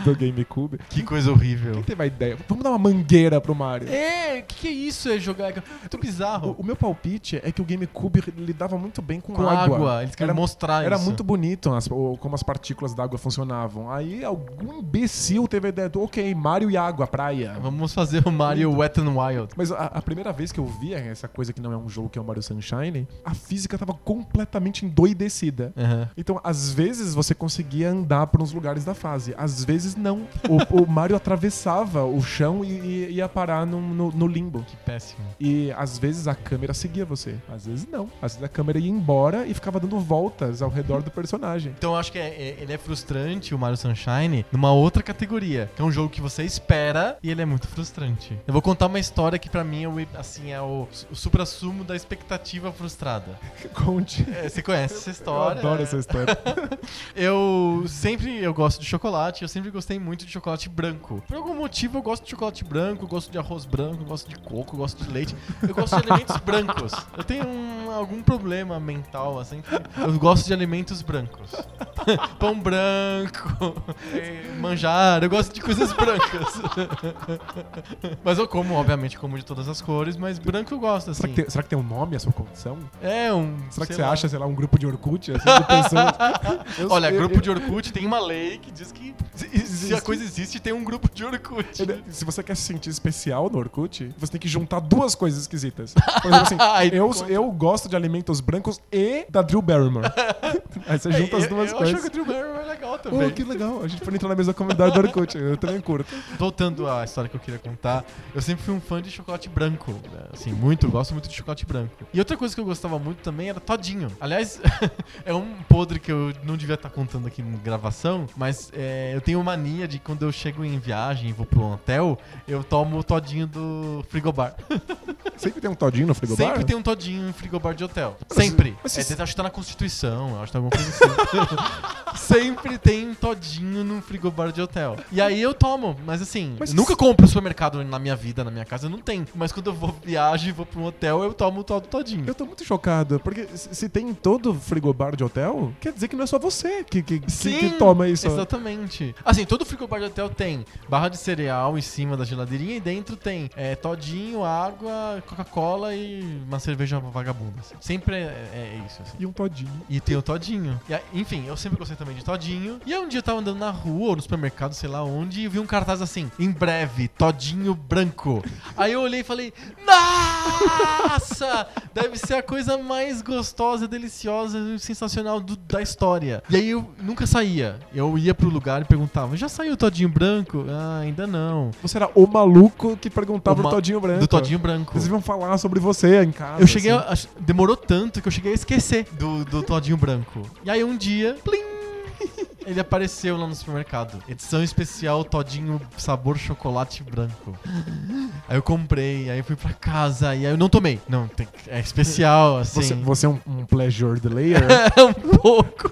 B: do, do GameCube.
A: Que coisa horrível.
B: Quem teve a ideia? Vamos dar uma mangueira pro Mario.
A: É, o que, que é isso? É jogar. Muito bizarro.
B: O, o meu palpite é que o GameCube lidava muito bem com,
A: Com
B: água.
A: água, eles queriam
B: Era-
A: mostrar
B: Era
A: isso.
B: muito bonito as- o- como as partículas d'água funcionavam. Aí algum imbecil teve a ideia do, ok, Mario e água, praia.
A: Vamos fazer o Mario Wet n Wild.
B: Mas a, a primeira vez que eu vi essa coisa que não é um jogo, que é o Mario Sunshine, a física tava completamente endoidecida.
A: Aham.
B: Então, às vezes você conseguia andar por uns lugares da fase, às vezes não. O, o Mario atravessava o chão e, e ia parar num- no- no limbo.
A: Que péssimo.
B: E às vezes a câmera seguia você, às vezes não. Às vezes a câmera ia embora e ficava dando voltas ao redor do personagem.
A: Então eu acho que é- é- ele é frustrante, o Mario Sunshine, numa outra categoria. Que é um jogo que você espera e ele é muito frustrante. Eu vou contar uma história que pra mim é o, assim, é o, o supra-sumo da expectativa frustrada.
B: Conte.
A: É, você conhece essa
B: Eu
A: história?
B: adoro essa história.
A: Eu sempre eu gosto de chocolate, eu sempre gostei muito de chocolate branco. Por algum motivo eu gosto de chocolate branco, eu gosto de arroz branco, eu gosto de coco, eu gosto de leite. Eu gosto de alimentos brancos. Eu tenho um- algum problema mental assim, que eu gosto de alimentos brancos. Pão branco, eh, manjar, eu gosto de coisas brancas. mas eu como, obviamente, como de todas as cores, mas branco eu gosto assim.
B: Será que, tem, será que tem um nome a sua condição?
A: É um,
B: Será que
A: sei
B: você
A: lá.
B: acha, sei lá, um grupo de Orkut? Assim, de pessoas... Eu-
A: Olha,
B: eu-
A: grupo
B: eu-
A: de Orkut tem uma lei que diz que se, se a coisa existe, tem um grupo de Orkut.
B: Ele- Se você quer se sentir especial no Orkut, você tem que juntar duas coisas esquisitas. Por exemplo, assim,
A: Ai,
B: eu,
A: conta.
B: eu gosto de alimentos brancos e da Drew Barrymore. Aí você junta as
A: Eu-
B: duas
A: É, eu
B: coisas.
A: acho que o Drew Barrymore é legal também.
B: Oh, que legal. A gente pode entrar na mesma comunidade do Orkut. Eu também curto.
A: Voltando à história que eu queria contar, eu sempre fui um fã de chocolate branco. né? Assim, muito, eu gosto muito de chocolate branco. E outra coisa que eu gostava muito também era todinho. tá Aliás, é um podre que eu não devia estar contando aqui em gravação, mas é, eu tenho mania mania de quando eu chego em viagem e vou pro hotel, eu tomo o todinho do frigobar.
B: Sempre tem um todinho no frigobar?
A: Sempre tem um todinho em frigobar de hotel. Sempre.
B: mas
A: é,
B: se-
A: deve acho que tá na Constituição, eu acho que tá alguma coisa assim. Sempre tem um todinho num frigobar de hotel. E aí eu tomo, mas assim,
B: Mas
A: eu nunca
B: se-
A: compro supermercado na minha vida, na minha casa, não tem. Mas quando eu vou viagem, vou pra um hotel, eu tomo o tal do todinho.
B: Eu tô muito chocado, porque se se tem em todo frigobar de hotel, quer dizer que não é só você que, que, que- que toma isso.
A: Exatamente. Assim, todo frigobar de hotel tem barra de cereal em cima da geladeirinha e dentro tem é, todinho, água, Coca-Cola e uma cerveja vagabunda. assim. Sempre é, é isso. assim.
B: E um todinho.
A: E tem o Todinho. E, a- enfim, eu sempre gostei também de Todinho. E aí um dia eu tava andando na rua ou no supermercado, sei lá onde, e vi um cartaz assim, em breve, Todinho branco. Aí eu olhei e falei, nossa! Deve ser a coisa mais gostosa, deliciosa e sensacional do- da história. E aí eu nunca saía. Eu ia pro lugar e perguntava, já saiu o Todinho branco? Ah, ainda não.
B: Você era o maluco que perguntava
A: Uma-
B: pro todinho branco.
A: Do Todinho branco.
B: Eles iam falar sobre você em casa.
A: Eu cheguei.
B: assim.
A: a- ach- demorou tanto que eu cheguei a esquecer do, do Todinho Branco. E aí um dia. Plim! Ele apareceu lá no supermercado. Edição especial Todinho Sabor Chocolate Branco. Aí eu comprei, aí eu fui pra casa, e aí eu não tomei. Não, tem- é especial, assim.
B: Você, você é um, um pleasure delayer?
A: É um pouco.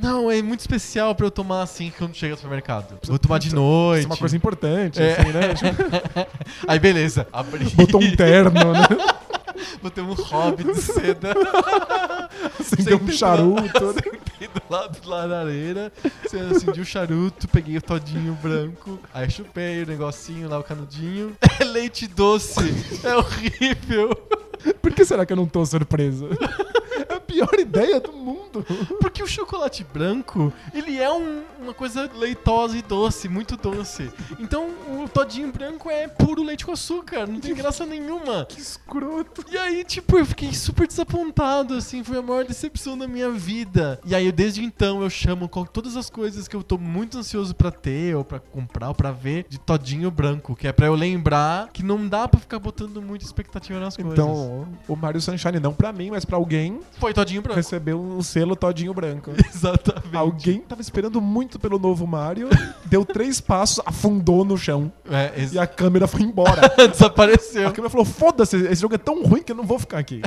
A: Não, é muito especial pra eu tomar assim quando chega no supermercado. Vou tomar de noite.
B: Isso é uma coisa importante,
A: É.
B: assim, né? Tipo,
A: Aí beleza, abri.
B: botou um terno, né?
A: Botei um hobby de seda. Sentei
B: Acendeu um
A: do
B: charuto. né?
A: Sentei do lado lá da areira, acendi o charuto, peguei o todinho branco, aí chupei o negocinho lá, o canudinho. É leite doce, é horrível.
B: Por que será que eu não tô surpreso? É a pior ideia do mundo.
A: Porque o chocolate branco, ele é um- uma coisa leitosa e doce, muito doce. Então o todinho branco é puro leite com açúcar, não tem graça nenhuma.
B: Que escroto.
A: E aí, tipo, eu fiquei super desapontado, assim, foi a maior decepção da minha vida. E aí, eu, desde então, eu chamo co- todas as coisas que eu tô muito ansioso pra ter, ou pra comprar, ou pra ver, de todinho branco, que é pra eu lembrar que não dá pra ficar botando muita expectativa nas coisas.
B: Então, o Mario Sunshine, não pra mim, mas pra alguém,
A: foi todinho branco.
B: recebeu um selo todinho branco.
A: Exatamente.
B: Alguém tava esperando muito pelo novo Mario, deu três passos, afundou no chão
A: É, ex-
B: e a câmera foi embora. A
A: desapareceu.
B: câmera falou: foda-se, esse jogo é tão ruim que eu não vou ficar aqui.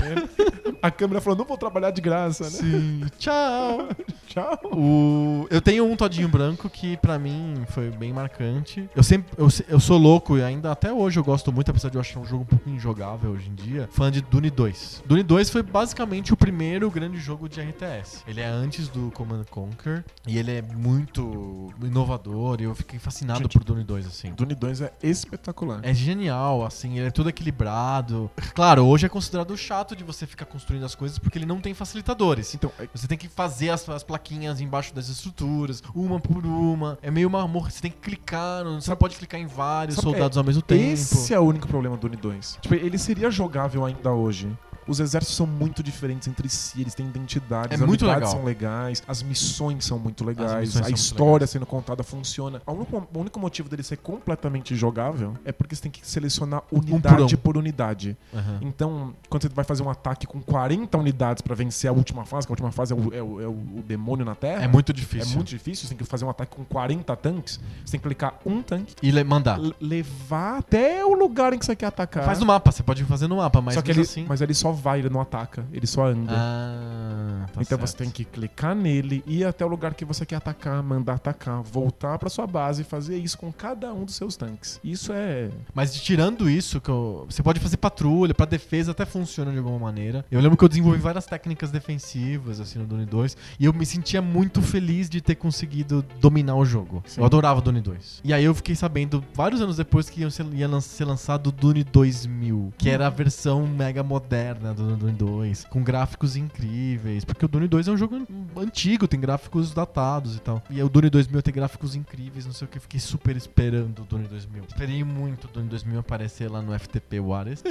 B: A câmera falou: não vou trabalhar de graça, né?
A: Sim. Tchau.
B: Tchau.
A: O- Eu tenho um todinho branco que pra mim foi bem marcante. Eu sempre. Eu, se- eu sou louco e ainda até hoje eu gosto muito, apesar de eu achar um jogo um pouco injogável hoje em dia. Fã de Dune 2. Dune 2 foi basicamente o primeiro grande jogo de RTS. Ele é antes do Command Conquer e ele é muito inovador e eu fiquei fascinado
B: Gente,
A: por Dune 2, assim.
B: Dune 2 é espetacular.
A: É genial, assim, ele é todo equilibrado. Claro, hoje é considerado chato de você ficar construindo as coisas porque ele não tem facilitadores.
B: Então, é-
A: Você tem que fazer as, as plaquinhas embaixo das estruturas, uma por uma. É meio uma morra. Você tem que clicar, não, você não pode clicar em vários
B: sabe- é?
A: soldados ao mesmo tempo.
B: Esse é o único problema do Dune 2. Tipo, ele seria jogável ainda hoje. Os exércitos são muito diferentes entre si, eles têm identidades,
A: É
B: as
A: muito
B: unidades
A: legal.
B: são legais, as missões são muito
A: As
B: legais,
A: missões
B: a
A: são muito
B: história sendo contada funciona. O único, o único motivo dele ser completamente jogável é porque você tem que selecionar unidade por,
A: um. Ah.
B: unidade.
A: Aham.
B: Então, quando você vai fazer um ataque com 40 unidades pra vencer a última fase, que a última fase é o, é o- é o- o demônio na Terra,
A: É muito
B: é
A: difícil.
B: muito difícil, você tem que fazer um ataque com 40 tanques, você tem que clicar um tanque
A: E le- mandar.
B: l- levar até o lugar em que você quer atacar.
A: Ah. Faz no mapa, você pode fazer no mapa, mas
B: só que
A: mesmo
B: ele,
A: assim.
B: Mas ele só vai, ele não ataca, ele só anda.
A: Ah, tá
B: então
A: certo.
B: você tem que clicar nele, ir até o lugar que você quer atacar, mandar atacar, voltar pra sua base e fazer isso com cada um dos seus tanques. Isso é.
A: Mas de- tirando isso, que eu- você pode fazer patrulha, pra defesa até funciona de alguma maneira. Eu lembro que eu desenvolvi várias técnicas defensivas, assim, no Dune 2, e eu me sentia muito feliz de ter conseguido dominar o jogo.
B: Sim.
A: Eu adorava Dune 2. E aí eu fiquei sabendo, vários anos depois, que ia ser, ia lan- ser lançado o Dune 2000, que era a versão mega moderna do Dune 2, com gráficos incríveis, porque o Dune 2 é um jogo antigo, tem gráficos datados e tal. E aí o Dune 2000 tem gráficos incríveis, não sei o que, eu fiquei super esperando o Dune 2000. Esperei muito o Dune 2000 aparecer lá no FTP Warriors.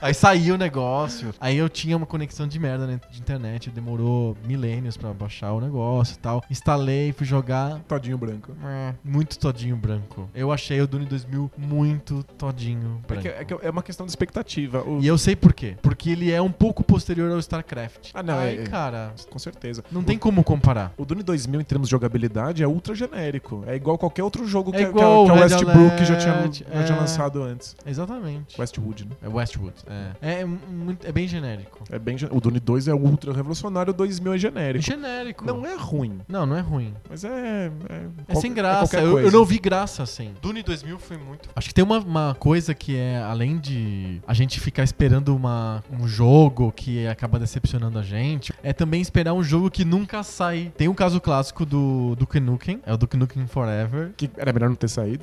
A: Aí saiu o negócio. Aí eu tinha uma conexão de merda né, de internet. Demorou milênios pra baixar o negócio e tal. Instalei, fui jogar.
B: Todinho branco.
A: É, Muito todinho branco. Eu achei o Dune 2000 muito todinho
B: É, que,
A: branco.
B: é, que é uma questão de expectativa. O-
A: E eu sei por quê. Porque ele é um pouco posterior ao StarCraft.
B: Ah, não,
A: Aí,
B: é- é.
A: cara,
B: Com certeza.
A: não
B: O-
A: tem como comparar.
B: O Dune 2000, em termos de jogabilidade, é ultra generico. É igual qualquer outro jogo
A: É
B: que, que-
A: igual
B: que
A: o
B: o
A: Red
B: Westbrook já
A: Alert,
B: tinha, já tinha
A: é.
B: lançado antes.
A: Exatamente.
B: Westwood, né?
A: É Westwood. É, é, muito- é bem genérico.
B: É bem, gen- o Dune 2 é ultra revolucionário, o 2000 é
A: É
B: genérico.
A: genérico.
B: Não é ruim,
A: Não, não é ruim.
B: mas é. É,
A: É
B: qual-
A: sem graça.
B: qualquer
A: eu, eu
B: coisa.
A: não vi graça assim. Dune 2000 foi muito. Acho que tem uma, uma coisa que é, além de a gente ficar esperando uma, um jogo que acaba decepcionando a gente, é também esperar um jogo que nunca sai. Tem um caso clássico do Duke Nukem, é o Duke Nukem Forever.
B: Que era melhor não ter saído.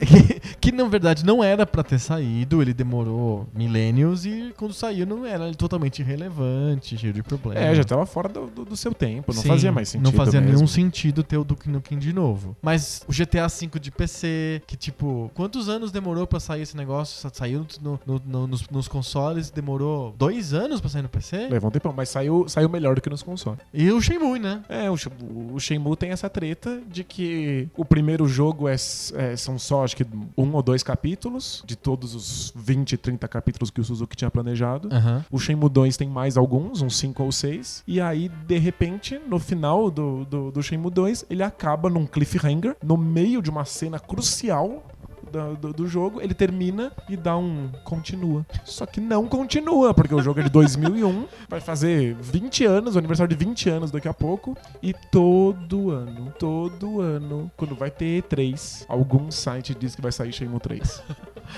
A: Que na verdade não era pra ter saído, ele demorou milênios e quando saiu não era totalmente irrelevante, cheio de problemas.
B: É, já tava fora do, do- do seu tempo, não
A: Sim,
B: fazia mais sentido.
A: Não fazia
B: mesmo.
A: nenhum sentido ter o Duke Nukem de novo. Mas o GTA V de PC, que tipo, quantos anos demorou pra sair esse negócio? Sa- Saiu no- no- no- nos, nos consoles, demorou dois anos pra sair no PC?
B: Levou um tempão, mas saiu, saiu melhor do que nos consoles.
A: E o Shenmue, né?
B: É, o, Sh- o Shenmue tem essa treta de que o primeiro jogo é, s- é, são só, acho que, um ou dois capítulos, de todos os 20, 30 capítulos que o Suzuki tinha planejado.
A: Aham.
B: O Shenmue 2 tem mais alguns, uns 5 ou 6. E aí, de repente, no final do, do, do Shenmue 2, ele acaba num cliffhanger, no meio de uma cena crucial da- do, do jogo. Ele termina e dá um continua. Só que não continua, porque o jogo é de 2001, vai fazer 20 anos, o aniversário de 20 anos daqui a pouco. E todo ano, todo ano, quando vai ter E3, algum site diz que vai sair Shenmue 3.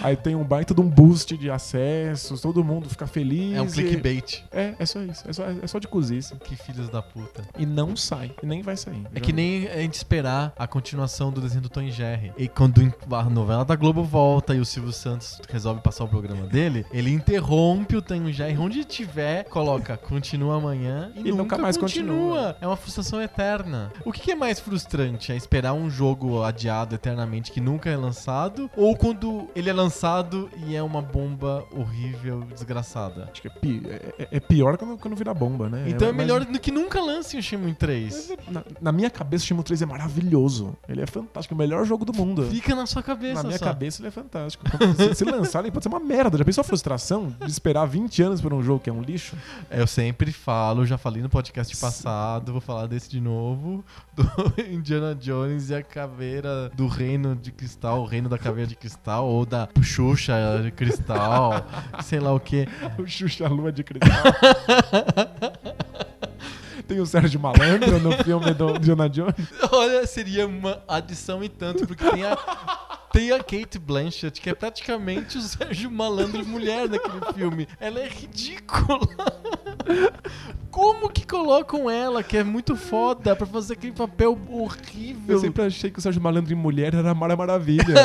B: Aí tem um baita de um boost de acessos, todo mundo fica feliz.
A: É um
B: e-
A: clickbait.
B: É, é só isso. É só, é só de cozice.
A: Que filhos da puta.
B: E não sai. E nem vai sair.
A: É que nem a gente esperar a continuação do desenho do Tom e Jerry. E quando a novela da Globo volta e o Silvio Santos resolve passar o programa dele, ele interrompe o Tom e Jerry onde tiver, coloca continua amanhã e,
B: E
A: nunca,
B: nunca mais
A: continua.
B: continua.
A: É uma frustração eterna. O que que é mais frustrante? É esperar um jogo adiado eternamente que nunca é lançado? Ou quando ele é lançado e é uma bomba horrível, desgraçada?
B: Acho que é, pi- é- é- é pior quando, quando vira bomba, né?
A: Então é
B: mais-
A: melhor do que nunca lance o Shimon 3.
B: Na, na minha cabeça, o Shimon 3 é maravilhoso. Ele é fantástico. É o melhor jogo do mundo.
A: Fica na sua cabeça
B: Na minha
A: só.
B: cabeça ele é fantástico. Se, se lançar, ele pode ser uma merda. Já pensou a frustração de esperar 20 anos por um jogo que é um lixo?
A: Eu sempre falo, já falei no podcast passado, vou falar desse de novo, do Indiana Jones e a caveira do reino de cristal, o reino da caveira de cristal, ou da Xuxa de cristal, sei lá o que.
B: O Xuxa Lua de Cristal. Tem o Sérgio Malandro no filme do Jonah Jones.
A: Olha, seria uma adição e tanto, porque tem a, tem a Kate Blanchett, que é praticamente o Sérgio Malandro mulher naquele filme. Ela é ridícula. Como que colocam ela, que é muito foda, pra fazer aquele papel horrível?
B: Eu sempre achei que o Sérgio Malandro em mulher era a Mara Maravilha.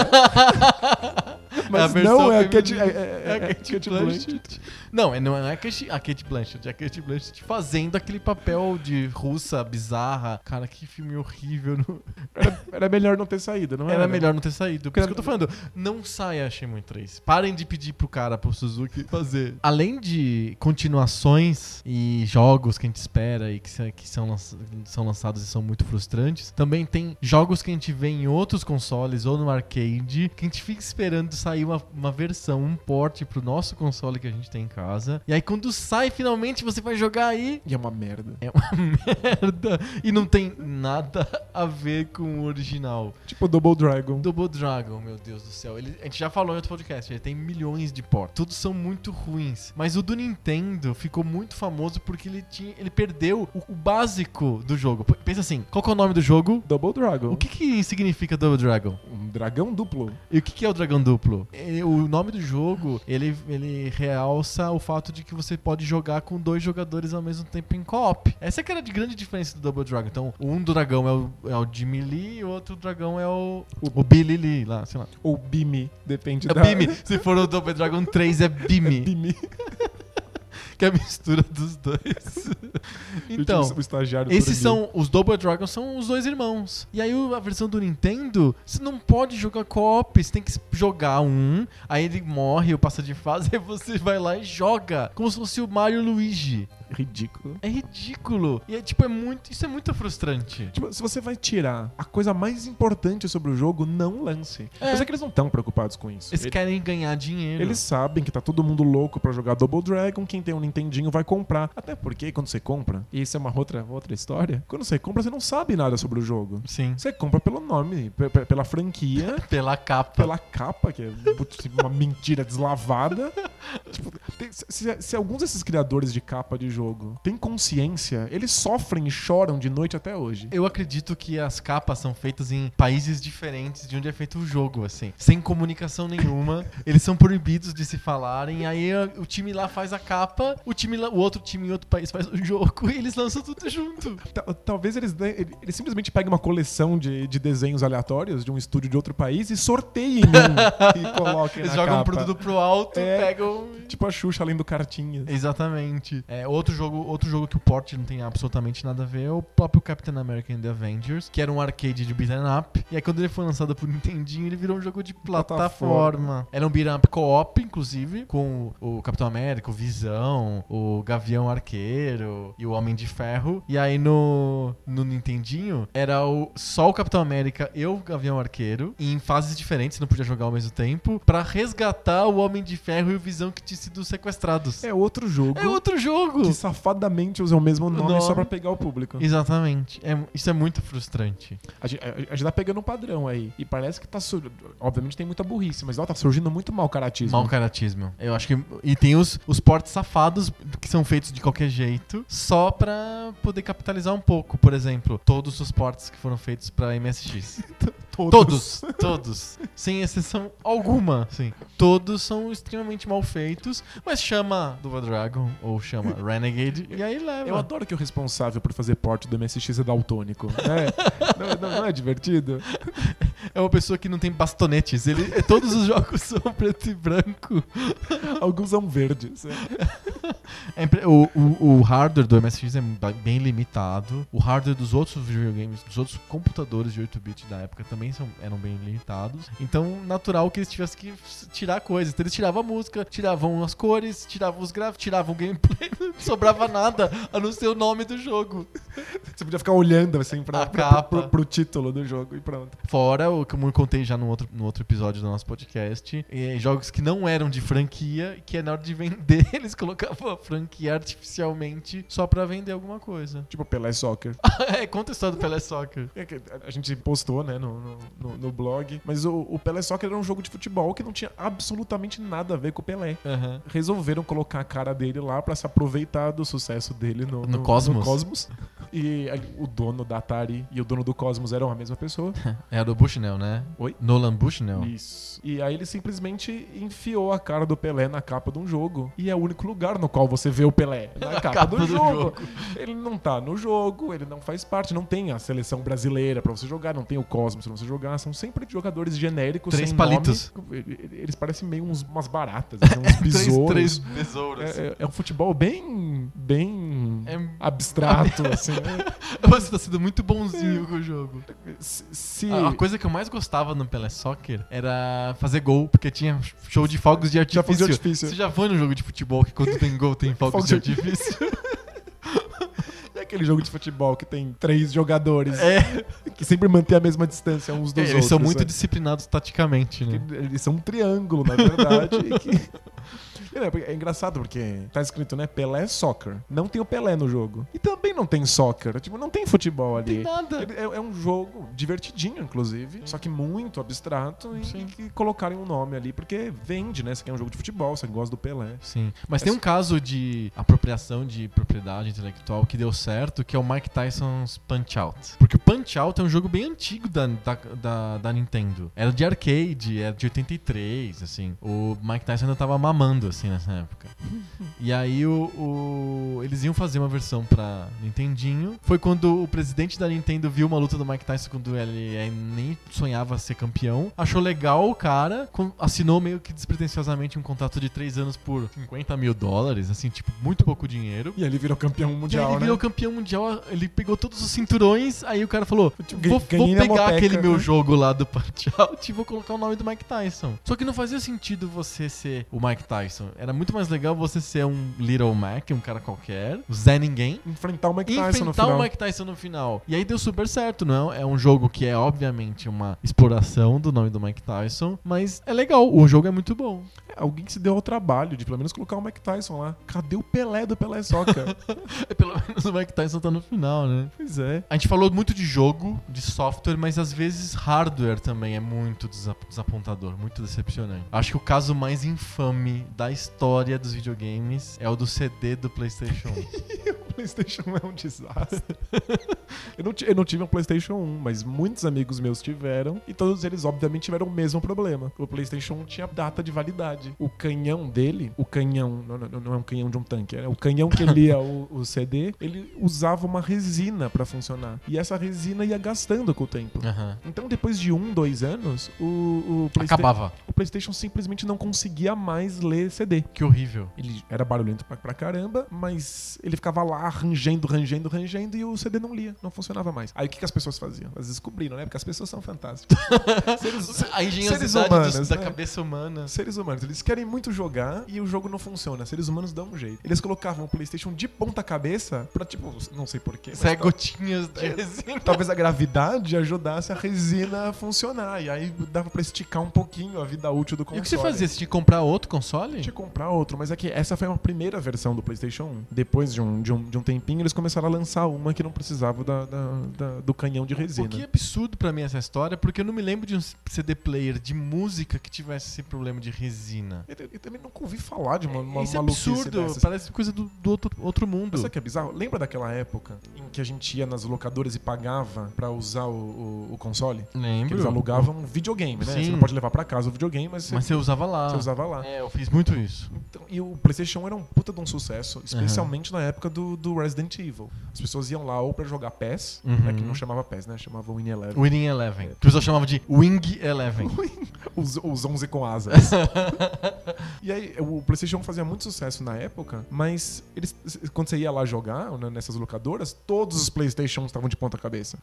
B: Mas
A: É a versão
B: não, é a Cat,
A: feminina.
B: é, é- é-
A: É a
B: é
A: Kate
B: Cate
A: Blanchett.
B: Blanchett.
A: Não, é- não é a Kate, a Kate Blanchett, é a Kate Blanchett fazendo aquele papel de russa bizarra. Cara, que filme horrível. não-
B: Era, era melhor não ter saído, não era?
A: Era melhor não ter saído. Por
B: Era-
A: isso que eu tô falando, não saia Shimon 3. Parem de pedir pro cara, pro Suzuki, fazer. Além de continuações e jogos que a gente espera e que, se- que são, lança- são lançados e são muito frustrantes, também tem jogos que a gente vê em outros consoles ou no arcade, que a gente fica esperando sair uma, uma versão, um porte pro nosso console que a gente tem em casa. E aí quando sai, finalmente você vai jogar aí,
B: E é uma merda.
A: é uma merda. E não tem nada a ver com o original.
B: Tipo Double Dragon.
A: Double Dragon, meu Deus do céu. Ele- a gente já falou em outro podcast, ele tem milhões de portas. Todos são muito ruins. Mas o do Nintendo ficou muito famoso porque ele, tinha, ele perdeu o, o básico do jogo. P- Pensa assim, qual que é o nome do jogo?
B: Double Dragon.
A: O que, que significa Double Dragon?
B: Um dragão duplo.
A: E o que, que é o dragão duplo? É, o nome do jogo, ele, ele realça o fato de que você pode jogar com dois jogadores ao mesmo tempo em co-op. Essa que era a grande diferença do Double Dragon. Então, um do dragão é o, é o Jimmy Lee e o outro dragão é o, o Billy Lee, lá, sei lá.
B: Ou Bimi, depende
A: É
B: da...
A: Bimi. Se for o Double Dragon 3, é Bimi.
B: Bimi.
A: que é a mistura dos dois. então,
B: o estagiário
A: esses
B: dormiu.
A: são. Os Double Dragon são os dois irmãos. E aí o- a versão do Nintendo, você não pode jogar co-op, você tem que jogar um, aí ele morre ou passa de fase, aí você vai lá e joga. Como se fosse o Mario e o Luigi.
B: Ridículo.
A: É ridículo. E é tipo, é muito. Isso é muito frustrante.
B: Tipo, se você vai tirar a coisa mais importante sobre o jogo, não lance.
A: É.
B: Mas é que eles não estão preocupados com isso.
A: Eles querem ganhar dinheiro.
B: Eles sabem que tá todo mundo louco pra jogar Double Dragon, quem tem um Nintendinho vai comprar. Até porque quando você compra, e isso é uma outra, outra história, quando você compra você não sabe nada sobre o jogo.
A: Sim.
B: Você compra pelo nome, pe- pe- pela franquia,
A: Pela capa.
B: pela capa, que é putz, uma mentira deslavada. Tipo, tem- se- se, se alguns desses criadores de capa de jogo têm consciência, eles sofrem e choram de noite até hoje.
A: Eu acredito que as capas são feitas em países diferentes de onde é feito o jogo, assim. Sem comunicação nenhuma. eles são proibidos de se falarem. Aí a- o time lá faz a capa, o, time lá- o outro time em outro país faz o jogo e eles lançam tudo junto.
B: Tal- Talvez eles, dê- ele- eles simplesmente peguem uma coleção de, de desenhos aleatórios de um estúdio de outro país e sorteiem um e coloquem
A: Eles
B: na
A: jogam o
B: capa.
A: produto pro alto,
B: É.
A: pegam.
B: Tipo a Xuxa além do Cartinhas.
A: Exatamente. É, outro, jogo, outro jogo que o port não tem absolutamente nada a ver é o próprio Captain America and the Avengers, que era um arcade de beat'em up. E aí quando ele foi lançado pro Nintendinho, ele virou um jogo de plataforma.
B: Plataforma.
A: Era um beat'em up co-op, inclusive, com o Capitão América, o Visão, o Gavião Arqueiro e o Homem de Ferro. E aí no, no Nintendinho, era o, só o Capitão América e o Gavião Arqueiro, em fases diferentes, não podia jogar ao mesmo tempo, pra resgatar o Homem de Ferro e o Visão que tinham sido sequestrados.
B: É outro jogo
A: É outro jogo.
B: que safadamente usa o mesmo nome,
A: Nome.
B: só pra pegar o público.
A: Exatamente. É- isso é muito frustrante.
B: A gente, a- a gente tá pegando um padrão aí. E parece que tá surgindo. Obviamente tem muita burrice, mas ó, tá surgindo muito mal caratismo.
A: Mau caratismo. Eu acho que. E tem os, os portes safados que são feitos de qualquer jeito, só pra poder capitalizar um pouco. Por exemplo, todos os portes que foram feitos pra MSX. Todos, todos. Sem exceção alguma, sim. Todos são extremamente mal feitos, mas chama Duva Dragon ou chama Renegade e aí leva.
B: Eu adoro que o responsável por fazer porte do MSX é daltônico. né? não, não- não é divertido?
A: É uma pessoa que não tem bastonetes. Ele, todos os jogos são preto e branco.
B: Alguns são verdes. né?
A: É impre- O, o, o hardware do MSX é ba- bem limitado. O hardware dos outros videogames, dos outros computadores de 8-bit da época também são- eram bem limitados. Então, natural que eles tivessem que s- tirar coisas. Então, eles tiravam a música, tiravam as cores, tiravam os gráficos, tiravam o gameplay. Não sobrava nada a não ser o nome do jogo.
B: Você podia ficar olhando assim pra,
A: A
B: pra-
A: capa.
B: pro- pro título do jogo e pronto.
A: Fora o que eu contei já no outro, no outro episódio do nosso podcast, eh, jogos que não eram de franquia, que é na hora de vender eles colocavam a franquia artificialmente só pra vender alguma coisa.
B: Tipo Pelé Soccer.
A: É, conta a história do Pelé Soccer.
B: É que A gente postou, né, no, no- no- no blog. Mas o, o Pelé Soccer era um jogo de futebol que não tinha absolutamente nada a ver com o Pelé. Resolveram colocar a cara dele lá pra se aproveitar do sucesso dele no,
A: No Cosmos.
B: Cosmos. E aí, o dono da Atari e o dono do Cosmos eram a mesma pessoa.
A: É do Bushnell, né?
B: Oi?
A: Nolan Bushnell?
B: Isso. E aí ele simplesmente enfiou a cara do Pelé na capa de um jogo. E é o único lugar no qual você vê o Pelé. Na capa, do, jogo. Ele não tá no jogo, ele não faz parte, não tem a seleção brasileira pra você jogar, não tem o Cosmos pra você jogar. São sempre jogadores genéricos.
A: Três
B: sem
A: palitos.
B: nome. Eles parecem meio uns, umas baratas, assim, uns besouros.
A: Três, três besouros.
B: É, é- é um futebol bem. bem.
A: assim. É-
B: abstrato, assim. né?
A: Você tá sendo muito
B: É.
A: bonzinho com o jogo.
B: Se- se-
A: A a coisa que eu mais gostava no Pelé Soccer era fazer gol, porque tinha show de fogos de artifício.
B: Já fazia artifício.
A: Você já foi num jogo de futebol que quando tem gol tem fogos
B: Fogos
A: de
B: de-
A: artifício?
B: É aquele jogo de futebol que tem três jogadores
A: É,
B: que sempre mantém a mesma distância uns dos
A: eles
B: outros.
A: são muito
B: né?
A: disciplinados taticamente, né?
B: Que Eles são um triângulo, na verdade. e que- É, porque É engraçado porque tá escrito, né? Pelé Soccer. Não tem o Pelé no jogo. E também não tem soccer. Tipo, não tem futebol
A: Não tem
B: ali.
A: nada.
B: Ele- É, é um jogo divertidinho, inclusive, só que muito abstrato e, e que colocarem um nome ali, porque vende, né? Você quer um jogo de futebol, você gosta do Pelé.
A: Sim. Mas tem um caso de apropriação de propriedade intelectual que deu certo, que é o Mike Tyson's Punch Out. Porque o Punch Out é um jogo bem antigo da, da, da, é da Nintendo. Era de arcade, era de 83, assim. O Mike Tyson ainda tava mamando, assim. assim nessa época. E aí o, o- eles iam fazer uma versão pra Nintendinho. Foi quando o presidente da Nintendo viu uma luta do Mike Tyson quando ele eh, nem sonhava ser campeão. Achou legal o cara, com- assinou meio que despretensiosamente um contrato de 3 anos por 50 mil dólares, assim, tipo, muito pouco dinheiro.
B: E aí ele virou campeão
A: E aí
B: mundial,
A: ele virou
B: né?
A: campeão mundial, ele pegou todos os cinturões, aí o cara falou:
B: Gan-
A: Vou, vou
B: ganhei na
A: pegar
B: mopeca,
A: aquele meu
B: né?
A: jogo lá do Punch Out e vou colocar o nome do Mike Tyson. Só que não fazia sentido você ser o Mike Tyson. Era muito mais legal você ser um Little Mac, um cara qualquer, o Zé Ninguém.
B: Enfrentar o Mike
A: E
B: Tyson no
A: enfrentar
B: final.
A: o Mike Tyson no final. E aí deu super certo, não é? É um jogo que é, obviamente, uma exploração do nome do Mike Tyson, mas é legal. O jogo é muito bom.
B: Alguém que se deu ao trabalho de pelo menos colocar o Mike Tyson lá. Cadê o Pelé do Pelé Soca?
A: Pelo menos o Mike Tyson tá no final, né?
B: pois é.
A: A gente falou muito de jogo, de software, mas às vezes hardware também é muito desa- desapontador, muito decepcionante. Acho que o caso mais infame da história dos videogames é o do CD do PlayStation 1.
B: O PlayStation é um desastre. eu, não, ti- eu não tive um PlayStation 1, mas muitos amigos meus tiveram. E todos eles, obviamente, tiveram o mesmo problema. O PlayStation 1 tinha data de validade. O canhão dele, o canhão. Não, não, não é um canhão de um tanque, é o canhão que lia o, o CD, ele usava uma resina pra funcionar. E essa resina ia gastando com o tempo.
A: Aham.
B: Então, depois de um, dois anos, o, o, Playsta-
A: Acabava.
B: o PlayStation simplesmente não conseguia mais ler CD.
A: Que horrível.
B: Ele era barulhento pra, pra caramba, mas ele ficava lá rangendo, rangendo, rangendo e o CD não lia, não funcionava mais. Aí o que, que as pessoas faziam? Elas descobriram, né? Porque as pessoas são fantásticas. seres,
A: A engenhosidade
B: Seres humanos,
A: dos- da
B: né?
A: cabeça humana.
B: seres humanos, eles querem muito jogar e o jogo não funciona. Seres humanos dão um jeito. Eles colocavam o PlayStation de ponta cabeça pra, tipo, não sei porquê.
A: Sai é gotinhas
B: É.
A: de resina.
B: Talvez a gravidade ajudasse a resina a funcionar. E aí dava pra esticar um pouquinho a vida útil do
A: E
B: console.
A: o que você fazia? Você tinha que comprar outro console?
B: tinha que comprar outro, mas é que essa foi uma primeira versão do PlayStation 1. Depois de um, de um, de um tempinho, eles começaram a lançar uma que não precisava da, da- da- do canhão de resina.
A: O que é absurdo pra mim essa história, porque eu não me lembro de um CD player de música que tivesse esse problema de resina.
B: Eu, eu também nunca ouvi falar de uma, uma
A: Isso é
B: maluquice
A: absurdo,
B: dessas.
A: parece coisa do, do outro, outro mundo.
B: Mas Sabe o que é bizarro? Lembra daquela época em que a gente ia nas locadoras e pagava pra usar o, o- o console? Que
A: Lembro.
B: eles alugavam um videogame, né?
A: Sim.
B: Você não pode levar pra casa o videogame, mas você,
A: Mas você usava lá.
B: você usava lá.
A: É, eu fiz muito isso.
B: Então, e o PlayStation era um puta de um sucesso, especialmente na época do, do Resident Evil. As pessoas iam lá ou pra jogar PES,
A: Uhum.
B: né, que não chamava PES, né? Chamava Win Eleven.
A: Winning Eleven. Que o pessoal chamava de Wing Eleven.
B: Os, os 11 com asas. e aí, o PlayStation fazia muito sucesso na época, mas eles, quando você ia lá jogar, né, nessas locadoras, todos os PlayStations estavam de ponta cabeça.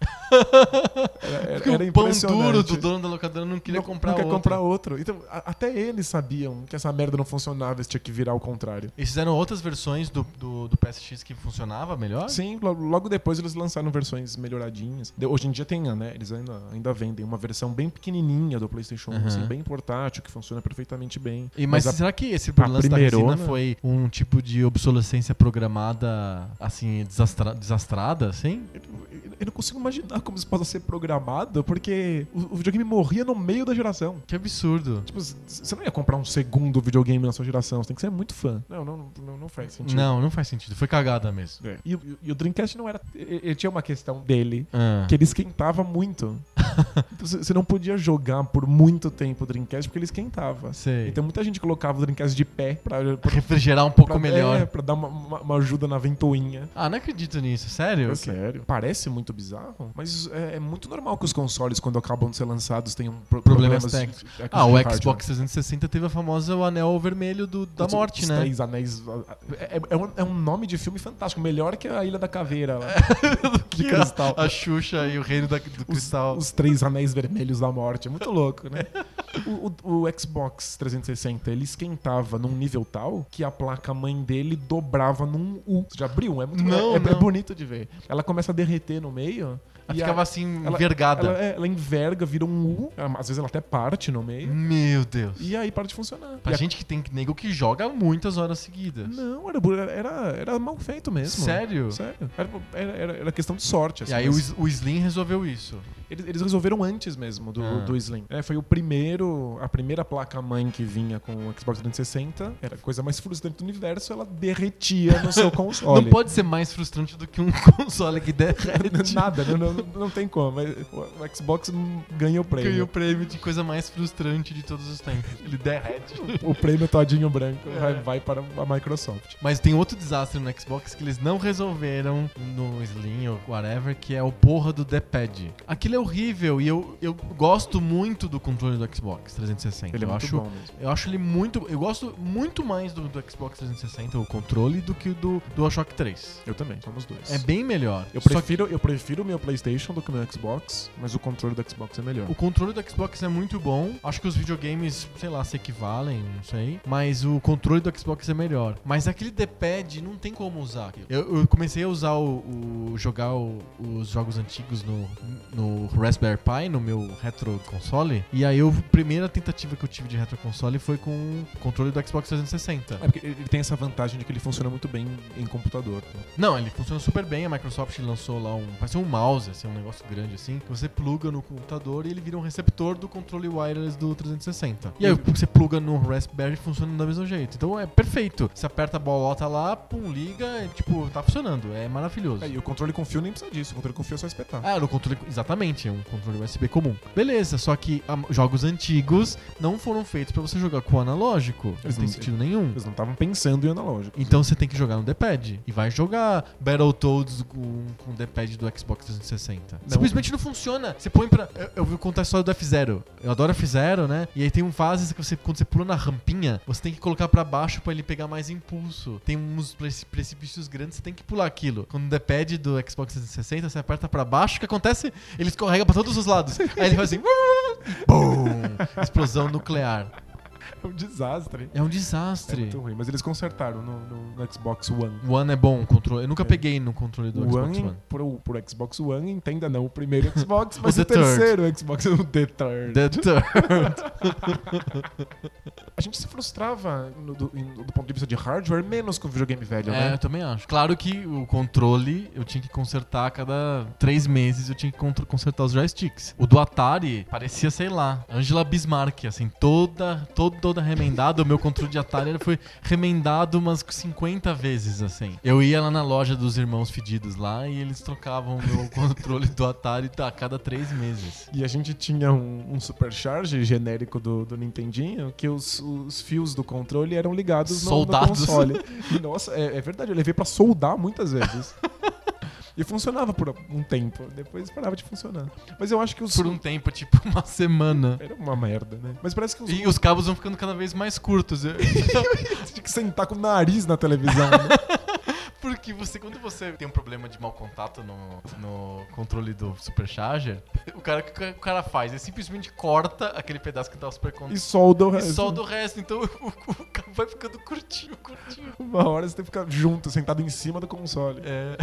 B: Era,
A: Porque
B: era,
A: o
B: era
A: pão
B: impressionante.
A: duro do dono da locadora não queria
B: Não-
A: comprar
B: não quer
A: outro.
B: comprar outro. Então, a- até eles sabiam que essa merda não funcionava, eles tinha que virar ao contrário.
A: Eles fizeram outras versões do, do, do PSX que funcionava melhor?
B: Sim, lo- logo depois eles lançaram versões melhoradinhas. De- Hoje em dia tem, né? Eles ainda, ainda vendem uma versão bem pequenininha do PlayStation 1,
A: Aham.
B: assim, bem portátil, que funciona perfeitamente bem.
A: E, mas
B: a-
A: será que esse
B: a
A: lance da resina
B: primeirona-
A: foi um tipo de obsolescência programada, assim, desastra- desastrada, assim?
B: eu, eu- eu não consigo imaginar como isso possa ser programado, porque o, o videogame morria no meio da geração.
A: Que absurdo.
B: Tipo, c- c- você não ia comprar um segundo videogame na sua geração, você tem que ser muito fã. Não, não, não, não faz sentido.
A: Não, não faz sentido. Foi cagada mesmo.
B: É. E, o- e o Dreamcast não era. Ele ele tinha uma questão dele
A: Ah.
B: que ele esquentava muito. Então, você você não podia jogar por muito tempo o Dreamcast porque ele esquentava.
A: Ah, Sei.
B: Então muita gente colocava o Dreamcast de pé pra,
A: Pra
B: pra,
A: refrigerar um pouco
B: pra-
A: melhor.
B: é, pra dar uma, uma- uma ajuda na ventoinha.
A: Ah, não acredito nisso. Sério?
B: É sério. Parece muito bizarro, mas é, é muito normal que os consoles, quando acabam de ser lançados, tenham pro-
A: Problemas
B: problemas, de-
A: técnicos.
B: de- de-
A: Ah, o
B: de hardware.
A: Xbox 360 teve a famosa o anel vermelho do- da
B: Os-
A: morte,
B: os
A: né?
B: Três anéis. É, é- é um, é um nome de filme fantástico, melhor que a Ilha da Caveira. lá. de cristal.
A: A Xuxa e o reino da- do
B: Os-
A: cristal.
B: Os, três anéis vermelhos da morte. É muito louco, né? O, o- o Xbox 360, ele esquentava num nível tal que a placa-mãe dele dobrava num U. Você já abriu? É muito
A: Não,
B: é, é
A: não.
B: bonito de ver. Ela começa a derreter no meio.
A: Ela
B: e
A: ficava
B: a-
A: assim,
B: ela-
A: envergada.
B: Ela, é, ela enverga, vira um U. Ela- Às vezes ela até parte no meio.
A: Meu Deus.
B: é- E aí para de funcionar.
A: Pra
B: E a-
A: gente que tem nego que joga muitas horas seguidas.
B: Não, era, bu- era, era mal feito mesmo.
A: Sério?
B: Sério. Era, era- era- era questão de sorte.
A: E
B: assim,
A: aí
B: mas-
A: o, Is- o Slim resolveu isso.
B: Eles, eles resolveram antes mesmo do,
A: Ah.
B: do Slim. É, foi o primeiro, a primeira placa mãe que vinha com o Xbox 360. Era a coisa mais frustrante do universo, ela derretia no seu console.
A: Não pode ser mais frustrante do que um console que derrete.
B: nada, não, não, não, não tem como. O, o Xbox ganha o prêmio.
A: Ganhou o prêmio de coisa mais frustrante de todos os tempos. Ele derrete.
B: O prêmio todinho branco
A: É.
B: vai, vai para a Microsoft.
A: Mas tem outro desastre no Xbox que eles não resolveram no Slim ou whatever, que é o porra do D-pad. Aquilo é horrível e eu, eu gosto muito do controle do Xbox 360.
B: Ele é
A: eu
B: muito
A: acho,
B: bom mesmo.
A: Eu acho ele muito. Eu gosto muito mais do, do Xbox 360, o controle, do que o do DualShock 3.
B: Eu também, somos dois.
A: É bem melhor.
B: eu,
A: Só
B: prefiro, eu prefiro o meu PlayStation do que o meu Xbox, mas o controle do Xbox é melhor.
A: O controle do Xbox é muito bom. Acho que os videogames, sei lá, se equivalem, não sei. Mas o controle do Xbox é melhor. Mas aquele D-pad não tem como usar aquilo. Eu, eu comecei a usar o. o- jogar o- os jogos antigos no, no Raspberry Pi, no meu retro console. E aí eu, a primeira tentativa que eu tive de retro console foi com o controle do Xbox 360.
B: É porque ele tem essa vantagem de que ele funciona muito bem em computador. né?
A: Não, ele funciona super bem. A Microsoft lançou lá um. Parece um mouse, assim, um negócio grande assim. Que você pluga no computador e ele vira um receptor do controle wireless do 360. E aí você pluga no Raspberry e funciona do mesmo jeito. Então é perfeito. Você aperta a bolota lá, pum, liga, é, tipo, tá funcionando. É maravilhoso.
B: É, e o controle com fio nem precisa disso. O controle com fio é só espetar.
A: Ah, no controle. Exatamente, é um controle USB comum. Beleza, só que ah, jogos antigos não foram feitos pra você jogar com analógico. Não
B: Eles
A: tem
B: não-
A: sentido nenhum.
B: Eles não estavam pensando em analógico.
A: Então você tem que jogar no D-pad. E vai jogar Battletoads com, com o D-pad do Xbox 360. Simplesmente não funciona. Você põe pra. Eu, eu vou contar a história do F0. Eu adoro F0, né? E aí tem um fases que você, quando você pula na rampinha, você tem que colocar pra baixo pra ele pegar mais impulso. Tem uns preci- precipícios grandes, você tem que pular aquilo. Quando o D-pad do Xbox 360, você aperta pra baixo, o que acontece? Ele escorrega pra todos os lados. Aí ele faz assim. Boom! Explosão nuclear.
B: É um desastre.
A: É um
B: É
A: desastre.
B: muito ruim. Mas eles consertaram no, no- no Xbox One.
A: O One é bom o controle. Eu nunca
B: É.
A: peguei no controle do
B: O
A: Xbox
B: One,
A: One.
B: Pro, pro Xbox One, entenda não o primeiro Xbox, mas
A: O
B: o,
A: the third.
B: terceiro Xbox, o The Third.
A: The third.
B: A gente se frustrava no- do, em- do ponto de vista de hardware menos com o videogame velho,
A: É, eu
B: né?
A: também acho. Claro que o controle eu tinha que consertar a cada três meses, eu tinha que contr- consertar os joysticks. O do Atari parecia, sei lá, Angela Bismarck, assim, toda, toda, toda remendada. o meu controle de Atari ele foi remendado umas 50 vezes, assim. Eu ia lá na loja dos irmãos fedidos lá e eles trocavam o meu controle do Atari tá, a cada três meses.
B: E a gente tinha um, um supercharge genérico do, do Nintendinho que os, os fios do controle eram ligados no, no
A: Soldados.
B: console. E, nossa, é, é verdade, eu levei pra soldar muitas vezes. e funcionava por um tempo, depois parava de funcionar. Mas eu acho que os.
A: Por um tempo, tipo uma semana.
B: Era uma merda, né? Mas parece que os.
A: E os cabos vão ficando cada vez mais curtos. Eu-
B: Tinha que sentar com o nariz na televisão. né?
A: Porque você, quando você tem um problema de mau contato no, no controle do supercharger, o cara o que o cara faz? Ele simplesmente corta aquele pedaço que tá o super
B: e
A: contato
B: solda o
A: e
B: resto.
A: solda o resto. Então o, o cabo vai ficando curtinho, curtinho.
B: Uma hora você tem que ficar junto, sentado em cima do console.
A: É.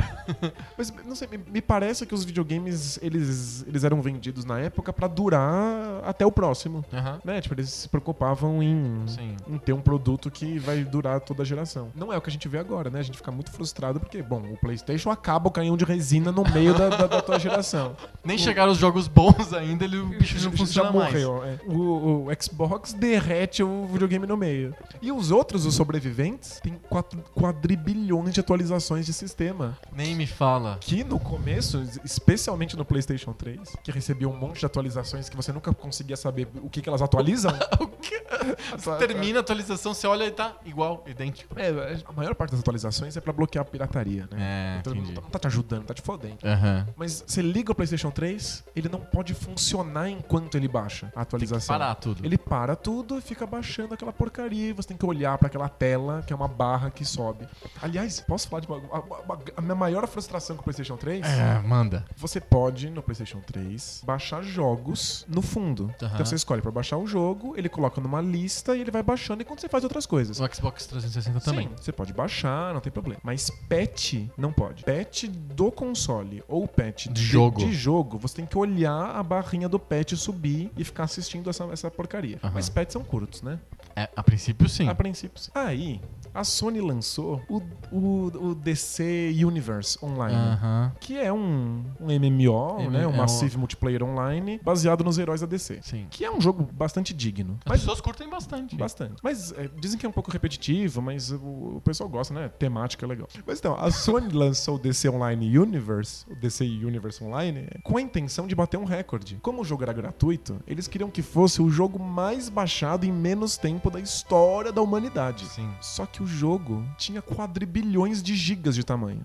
B: Mas não sei, me- me parece que os videogames eles, eles eram vendidos na época pra durar até o próximo.
A: Aham.
B: Né? Tipo, eles se preocupavam em,
A: Sim.
B: em ter um produto que vai durar toda a geração. Não é o que a gente vê agora, né? A gente fica muito frustrado porque, bom, o PlayStation acaba o canhão de resina no meio da, da, da tua geração.
A: Nem chegaram os jogos bons ainda, ele, o bicho não
B: Já-
A: funciona
B: já
A: mais.
B: morreu, é. O, o Xbox derrete o videogame no meio. E os outros, os sobreviventes, tem quatro quadribilhões de atualizações de sistema.
A: Nem me fala.
B: Que no começo, es- especialmente no PlayStation 3, que recebia um monte de atualizações que você nunca conseguia saber o que, que elas atualizam.
A: O quê?
B: Ah,
A: Termina a atualização, você olha e tá igual, idêntico.
B: É, a maior parte das atualizações é pra bloquear a pirataria, né?
A: É,
B: então não tá, não tá te ajudando, tá te fodendo.
A: Aham.
B: Mas você liga o PlayStation 3, ele não pode funcionar enquanto ele baixa a atualização.
A: Parar tudo.
B: Ele para tudo e fica baixando aquela porcaria e você tem que olhar pra aquela tela que é uma barra que sobe. Aliás, posso falar de uma, uma- uma- a minha maior frustração com o PlayStation 3?
A: É, manda.
B: Você pode, no PlayStation 3, baixar jogos no fundo. Então você escolhe pra baixar o jogo, ele coloca numa lista e ele vai baixando enquanto você faz outras coisas.
A: O Xbox 360 também.
B: Sim, você pode baixar, não tem problema. Mas patch não pode. Patch do console ou patch
A: De jogo.
B: de jogo, você tem que olhar a barrinha do patch subir e ficar assistindo essa, essa porcaria.
A: Aham.
B: Mas patch são curtos, né?
A: É, a princípio, sim.
B: A princípio. sim. Aí, a Sony lançou o, o, o DC Universe Online.
A: Aham.
B: Que é um, um MMO,
A: M-
B: né? Um
A: é um-
B: Massive Multiplayer Online, baseado nos heróis da DC.
A: Sim. Assim,
B: Que é um jogo bastante digno.
A: As pessoas curtem Tem bastante.
B: Bastante. Mas é, dizem que é um pouco repetitivo, mas o, o pessoal gosta, né? Temática é legal. Mas então, a Sony lançou o DC Online Universe, o DC Universe Online, com a intenção de bater um recorde. Como o jogo era gratuito, eles queriam que fosse o jogo mais baixado em menos tempo da história da humanidade.
A: Sim.
B: Só que o jogo tinha quadrilhões de gigas de tamanho.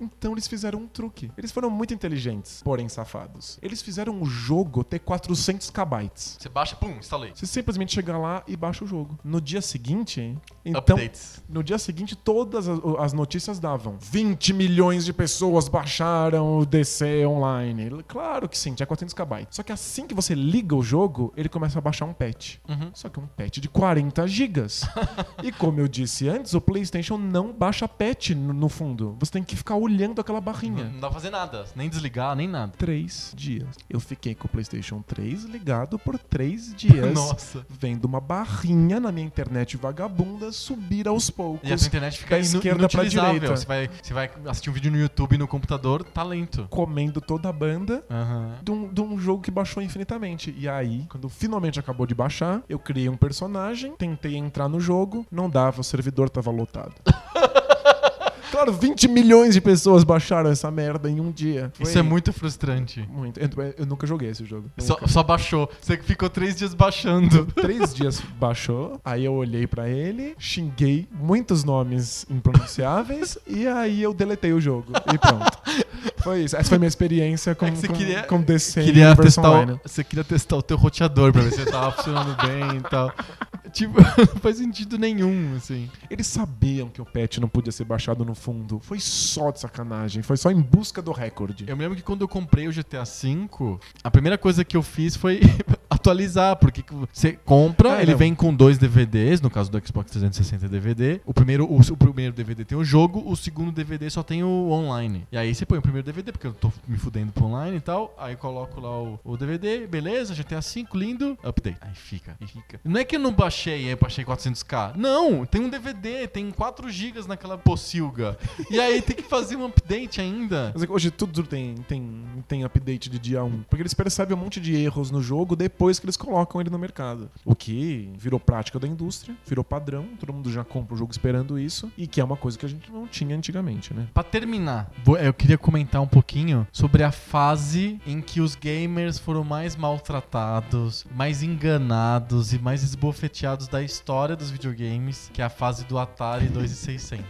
B: Então eles fizeram um truque. Eles foram muito inteligentes, porém safados. Eles fizeram o jogo ter 400 kbytes.
A: Você baixa, pum, instalei.
B: Você simplesmente chega lá e baixa o jogo. No dia seguinte, então,
A: Updates.
B: no dia seguinte todas as, as notícias davam 20 milhões de pessoas baixaram o DC online. Claro que sim, tinha 400 kbytes. Só que assim que você liga o jogo, ele começa a baixar um patch. Só que um patch de 40 gigas. e como eu disse antes, o PlayStation não baixa patch no, no fundo. Você tem que ficar olhando aquela barrinha.
A: Não, não dá pra fazer nada. Nem desligar, nem nada.
B: Três dias. Eu fiquei com o PlayStation 3 ligado por três dias.
A: Nossa.
B: Vendo uma barrinha na minha internet vagabunda subir aos poucos.
A: E a sua internet fica
B: da
A: inu
B: esquerda pra
A: inutilizável.
B: direita.
A: Você vai, você vai assistir um vídeo no YouTube no computador, tá lento.
B: Comendo toda a banda
A: Aham.
B: de um, de um jogo que baixou infinitamente. E aí, quando finalmente acabou de baixar, eu criei um personagem, tentei entrar no jogo, não dava, o servidor tava lotado. claro, 20 milhões de pessoas baixaram essa merda em um dia.
A: Isso
B: Foi
A: é muito frustrante.
B: Muito. Eu, eu nunca joguei esse jogo.
A: Só,
B: Nunca.
A: só baixou. Você ficou três dias baixando.
B: Três dias baixou, aí eu olhei pra ele, xinguei muitos nomes impronunciáveis e aí eu deletei o jogo. E pronto. Foi isso. Essa foi minha experiência com,
A: É que você
B: com,
A: queria-
B: com DC
A: queria
B: Universe
A: testar
B: Online.
A: o, você queria testar o teu roteador pra ver se ele tava funcionando bem e tal. Tipo, não faz sentido nenhum, assim.
B: Eles sabiam que o patch não podia ser baixado no fundo. Foi só de sacanagem. Foi só em busca do recorde.
A: Eu me lembro que quando eu comprei o GTA V, a primeira coisa que eu fiz foi atualizar, porque que você compra,
B: É,
A: ele
B: não.
A: vem com dois DVDs, no caso do Xbox 360 é DVD. O primeiro, o, o primeiro DVD tem o jogo, o segundo DVD só tem o online. E aí você põe o primeiro DVD, porque eu tô me fudendo pro online e tal. Aí eu coloco lá o, o DVD, beleza, GTA V, lindo, update. Aí fica, e fica. Não é que eu não baixei, aí eu baixei 400k. Não, tem um DVD, tem 4 GB naquela pocilga. E aí tem que fazer um update ainda.
B: Mas é que hoje tudo tem, tem, tem update de dia 1. Porque eles percebem um monte de erros no jogo depois que eles colocam ele no mercado. O que virou prática da indústria, virou padrão, todo mundo já compra o jogo esperando isso. E que é uma coisa que a gente não tinha antigamente, né?
A: Pra terminar, vou- eu queria comentar um pouquinho sobre a fase em que os gamers foram mais maltratados, mais enganados e mais esbofeteados da história dos videogames, que é a fase do Atari 2600.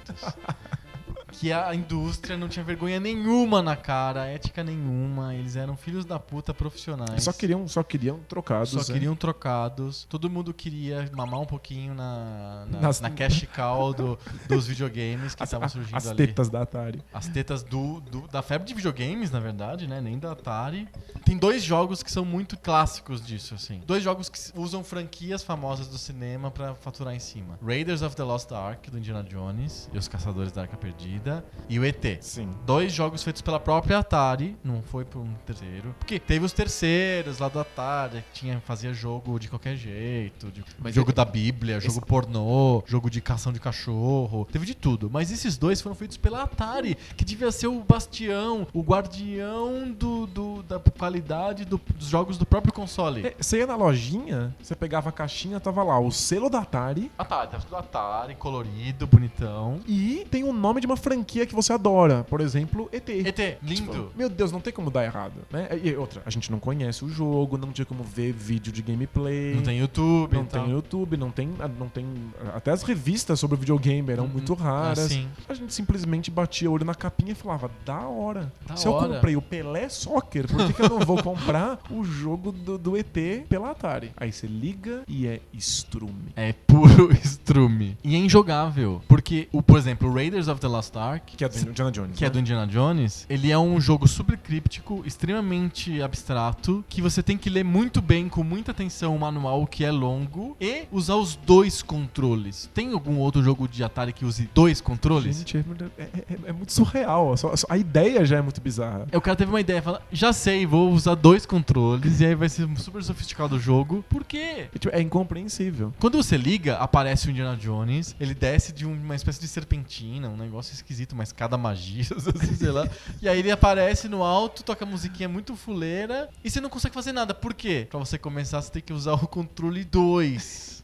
A: Que a indústria não tinha vergonha nenhuma na cara, ética nenhuma, eles eram filhos da puta profissionais.
B: Só queriam, só queriam trocados.
A: Só
B: né?
A: queriam trocados. Todo mundo queria mamar um pouquinho na, na,
B: Nas-
A: na cash cow do- dos videogames que estavam surgindo
B: Ah, as
A: ali.
B: tetas da Atari.
A: As tetas do, do- da febre de videogames, na verdade, né? Nem da Atari. Tem dois jogos que são muito clássicos disso, assim. Dois jogos que s- usam franquias famosas do cinema pra faturar em cima: Raiders of the Lost Ark, do Indiana Jones, e Os Caçadores da Arca Perdida, e o ET.
B: Sim.
A: Dois jogos feitos pela própria Atari, não foi por um terceiro. Porque teve os terceiros lá do Atari, que tinha, fazia jogo de qualquer jeito. de- jogo
B: é
A: da Bíblia, jogo pornô, jogo de cação de cachorro. Teve de tudo. Mas esses dois foram feitos pela Atari, que devia ser o bastião, o guardião do, do- da qualidade do- dos jogos do próprio console.
B: É, Você ia na lojinha, você pegava a caixinha, tava lá o selo da Atari
A: Atari, tá do Atari, colorido, bonitão.
B: e tem o nome de uma franquia que você adora. Por exemplo, ET.
A: ET, lindo.
B: Tipo, meu Deus, não tem como dar errado, né? E outra, a gente não conhece o jogo, não tinha como ver vídeo de gameplay.
A: Não tem YouTube,
B: Tipo,
A: então.
B: Não
A: e tal.
B: tem YouTube, não tem, ah, não tem. Até as revistas sobre videogame eram
A: Uhum.
B: muito raras.
A: Ah, sim.
B: A gente simplesmente batia o olho na capinha e falava, da hora.
A: Da
B: Se eu
A: hora."
B: comprei o Pelé Soccer, por que, que eu não vou comprar o jogo do, do ET pela Atari? Aí você liga e é estrume.
A: É puro estrume. E é injogável. Porque, o, por exemplo, o Raiders of the Lost Ark,
B: Que é do Indiana Jones.
A: que é do Indiana Jones, ele é um jogo super críptico, extremamente abstrato, que você tem que ler muito bem, com muita atenção, o manual, que é longo, e usar os dois controles. Tem algum outro jogo de Atari que use dois controles?
B: Gente, é, é- é- é muito surreal. Só- só- a ideia já é muito bizarra.
A: O cara teve uma ideia, fala, já sei, vou usar dois controles, e aí vai ser um super sofisticado o jogo. Por quê?
B: É, tipo, é incompreensível.
A: Quando você liga, aparece o Indiana Jones, ele desce de um, uma uma espécie de serpentina, um negócio esquisito, mas cada magia, assim, sei lá. E aí ele aparece no alto, toca musiquinha muito fuleira e você não consegue fazer nada. Por quê? Pra você começar, você tem que usar o controle 2.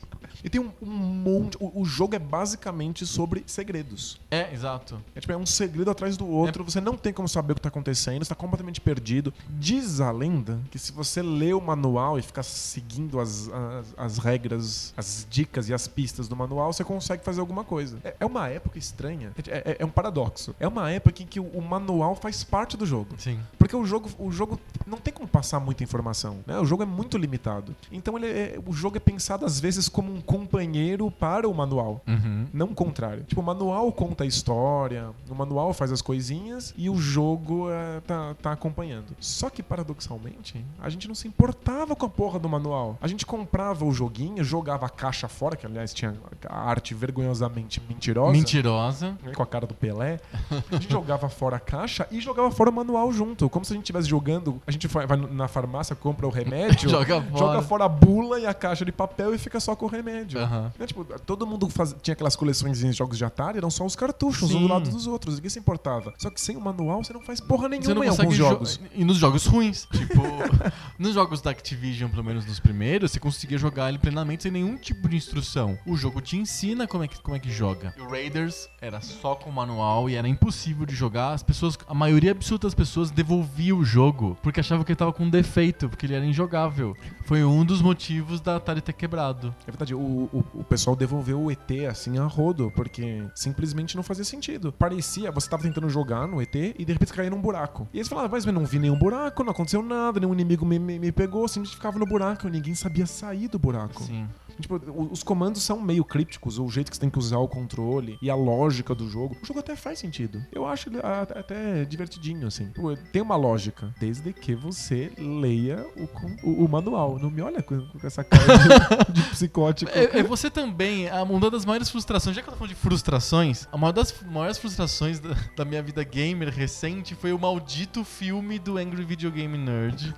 B: E tem um, um monte. O, o jogo é basicamente sobre segredos.
A: É, exato.
B: É, tipo, é um segredo atrás do outro, você não tem como saber o que tá acontecendo, você tá completamente perdido. Diz a lenda que se você ler o manual e ficar seguindo as, as, as regras, as dicas e as pistas do manual, você consegue fazer alguma coisa. É, é uma época estranha, é, é- é um paradoxo. É uma época em que o, o manual faz parte do jogo.
A: Sim.
B: Porque o jogo, o jogo não tem como passar muita informação, né? O jogo é muito limitado. Então ele é- o jogo é pensado às vezes como um companheiro para o manual.
A: Uhum.
B: Não o contrário. Tipo, o manual conta a história, o manual faz as coisinhas e o jogo é, tá, tá acompanhando. Só que, paradoxalmente, a gente não se importava com a porra do manual. A gente comprava o joguinho, jogava a caixa fora, que aliás tinha a arte vergonhosamente mentirosa.
A: Mentirosa.
B: né, Com a cara do Pelé, a gente jogava fora a caixa e jogava fora o manual junto. Como se a gente estivesse jogando. A gente vai vai na farmácia, compra o remédio,
A: Joga fora.
B: joga fora a bula e a caixa de papel e fica só com o remédio.
A: Aham.
B: Né, tipo, todo mundo faz- tinha aquelas coleções de jogos de Atari, eram só os cartuchos um
A: Sim.
B: do lado dos outros, ninguém se importava. Só que sem o manual você não faz porra
A: Você não
B: nenhuma em
A: consegue
B: alguns
A: jo-
B: jogos.
A: E nos jogos ruins. Tipo, nos jogos da Activision, pelo menos nos primeiros, você conseguia jogar ele plenamente sem nenhum tipo de instrução. O jogo te ensina como é que, como é que joga. E o Raiders era só com o manual e era impossível de jogar. As pessoas, a maioria absoluta das pessoas devolvia o jogo porque achava que ele tava com defeito, porque ele era injogável. Foi um dos motivos da Atari ter quebrado.
B: É verdade, o, o, o pessoal devolveu o ET assim a rodo, porque simplesmente não fazia sentido. Parecia, você tava tentando jogar no ET e de repente caía num buraco. E eles falavam, mas eu não vi nenhum buraco, não aconteceu nada, nenhum inimigo me, me, me pegou, simplesmente ficava no buraco, ninguém sabia sair do buraco.
A: Sim.
B: Tipo, o- os comandos são meio crípticos, o jeito que você tem que usar o controle e a lógica do jogo. O jogo até faz sentido. Eu acho ele a- até divertidinho, assim. Tipo, Tem uma lógica. Desde que você leia o, con- o- o manual. Não me olha com, com essa cara de, de psicótico.
A: É, é você também, a- uma das maiores frustrações, já que eu tô falando de frustrações, a maior das maiores frustrações da, da minha vida gamer recente foi o maldito filme do Angry Video Game Nerd,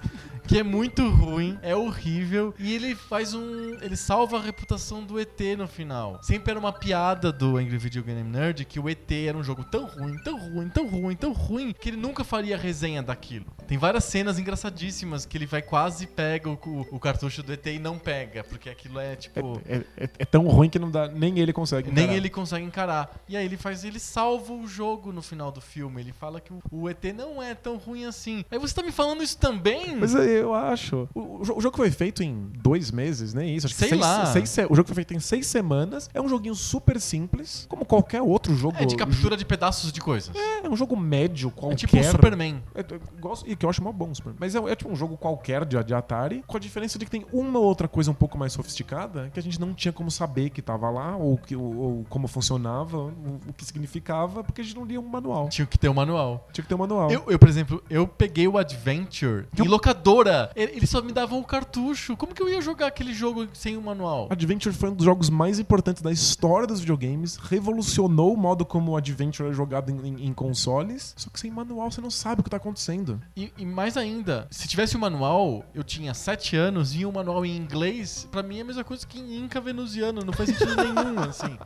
A: que é muito ruim, é horrível, e ele faz um. ele salva a reputação do ET no final. Sempre era uma piada do Angry Video Game Nerd que o ET era um jogo tão ruim, tão ruim, tão ruim, tão ruim, que ele nunca faria resenha daquilo. Tem várias cenas engraçadíssimas que ele vai quase pega o, o cartucho do ET e não pega, porque aquilo é tipo.
B: É, é- é tão ruim que não dá, nem ele consegue.
A: Nem
B: encarar.
A: ele consegue encarar. E aí ele faz, ele salva o jogo no final do filme. Ele fala que o- o ET não é tão ruim assim. Aí você tá me falando isso também?
B: Mas é, eu acho. O, o jo- o jogo foi feito em dois meses, nem isso. Acho que
A: Sei
B: seis,
A: lá.
B: seis se- o jogo foi feito em seis semanas. É um joguinho super simples, como qualquer outro jogo.
A: É de captura de pedaços de coisas. É,
B: É um jogo médio qualquer.
A: tipo o Superman.
B: É, eu gosto, e que eu acho mó bom, Superman. Mas é, é tipo um jogo qualquer de, de Atari, com a diferença de que tem uma outra coisa um pouco mais sofisticada que a gente não tinha como saber que tava lá, ou, que, ou, ou como funcionava, o, o que significava, porque a gente não lia um manual.
A: Tinha que ter um manual.
B: Tinha que ter um manual.
A: Eu, eu, por exemplo, eu peguei o Adventure em locadora. E- Eles só me davam o cartucho. Como que eu ia jogar aquele jogo sem o manual?
B: Adventure foi um dos jogos mais importantes da história dos videogames, revolucionou o modo como o Adventure é jogado em, em- em consoles, só que sem manual você não sabe o que tá acontecendo.
A: E, e mais ainda, se tivesse o manual, eu tinha 7 anos e um manual em inglês, pra mim é a mesma coisa que em Inca venusiano, não faz sentido nenhum, assim.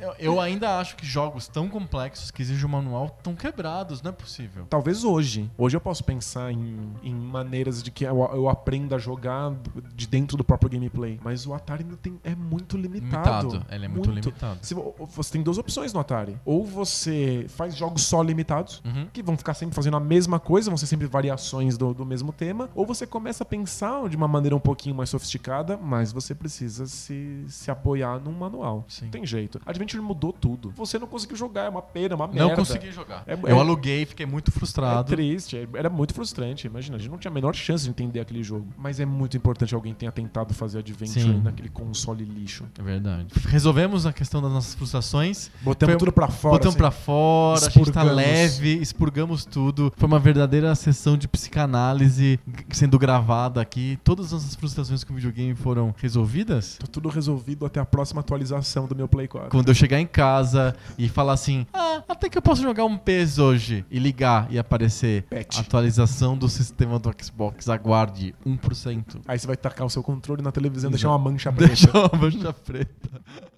A: Eu, eu ainda acho que jogos tão complexos que exigem um manual tão quebrados, não é possível.
B: Talvez hoje. Hoje eu posso pensar em, em maneiras de que eu, eu aprenda a jogar de dentro do próprio gameplay. Mas o Atari ainda tem, é muito limitado.
A: Limitado, ele é muito limitado.
B: Se vo- você tem duas opções no Atari. Ou você faz jogos só limitados,
A: Uhum.
B: que vão ficar sempre fazendo a mesma coisa, vão ser sempre variações do, do mesmo tema. Ou você começa a pensar de uma maneira um pouquinho mais sofisticada, mas você precisa se, se apoiar num manual.
A: Sim.
B: Não tem jeito. Adventure mudou tudo. Você não conseguiu jogar, é uma pena, é uma merda.
A: Não consegui jogar.
B: É-
A: eu
B: é-
A: aluguei, fiquei muito
B: É
A: frustrado.
B: triste, é- era muito frustrante. Imagina, a gente não tinha a menor chance de entender aquele jogo. Mas é muito importante alguém tenha tentado fazer Adventure
A: Sim.
B: naquele console lixo.
A: É verdade. Resolvemos a questão das nossas frustrações.
B: Botamos
A: Foi- um
B: tudo pra fora.
A: Botamos
B: assim.
A: pra fora, a gente tá
B: Expurgamos.
A: leve, expurgamos tudo. Foi uma verdadeira sessão de psicanálise g- sendo gravada aqui. Todas as nossas frustrações com o videogame foram resolvidas.
B: Tá tudo resolvido até a próxima atualização do meu Play 4.
A: Quando eu chegar em casa e falar assim, ah, até que eu posso jogar um PES hoje e ligar e aparecer
B: Patch.
A: atualização do sistema do Xbox, aguarde 1%.
B: Aí você vai tacar o seu controle na televisão e deixar uma mancha preta.
A: Deixa uma mancha preta.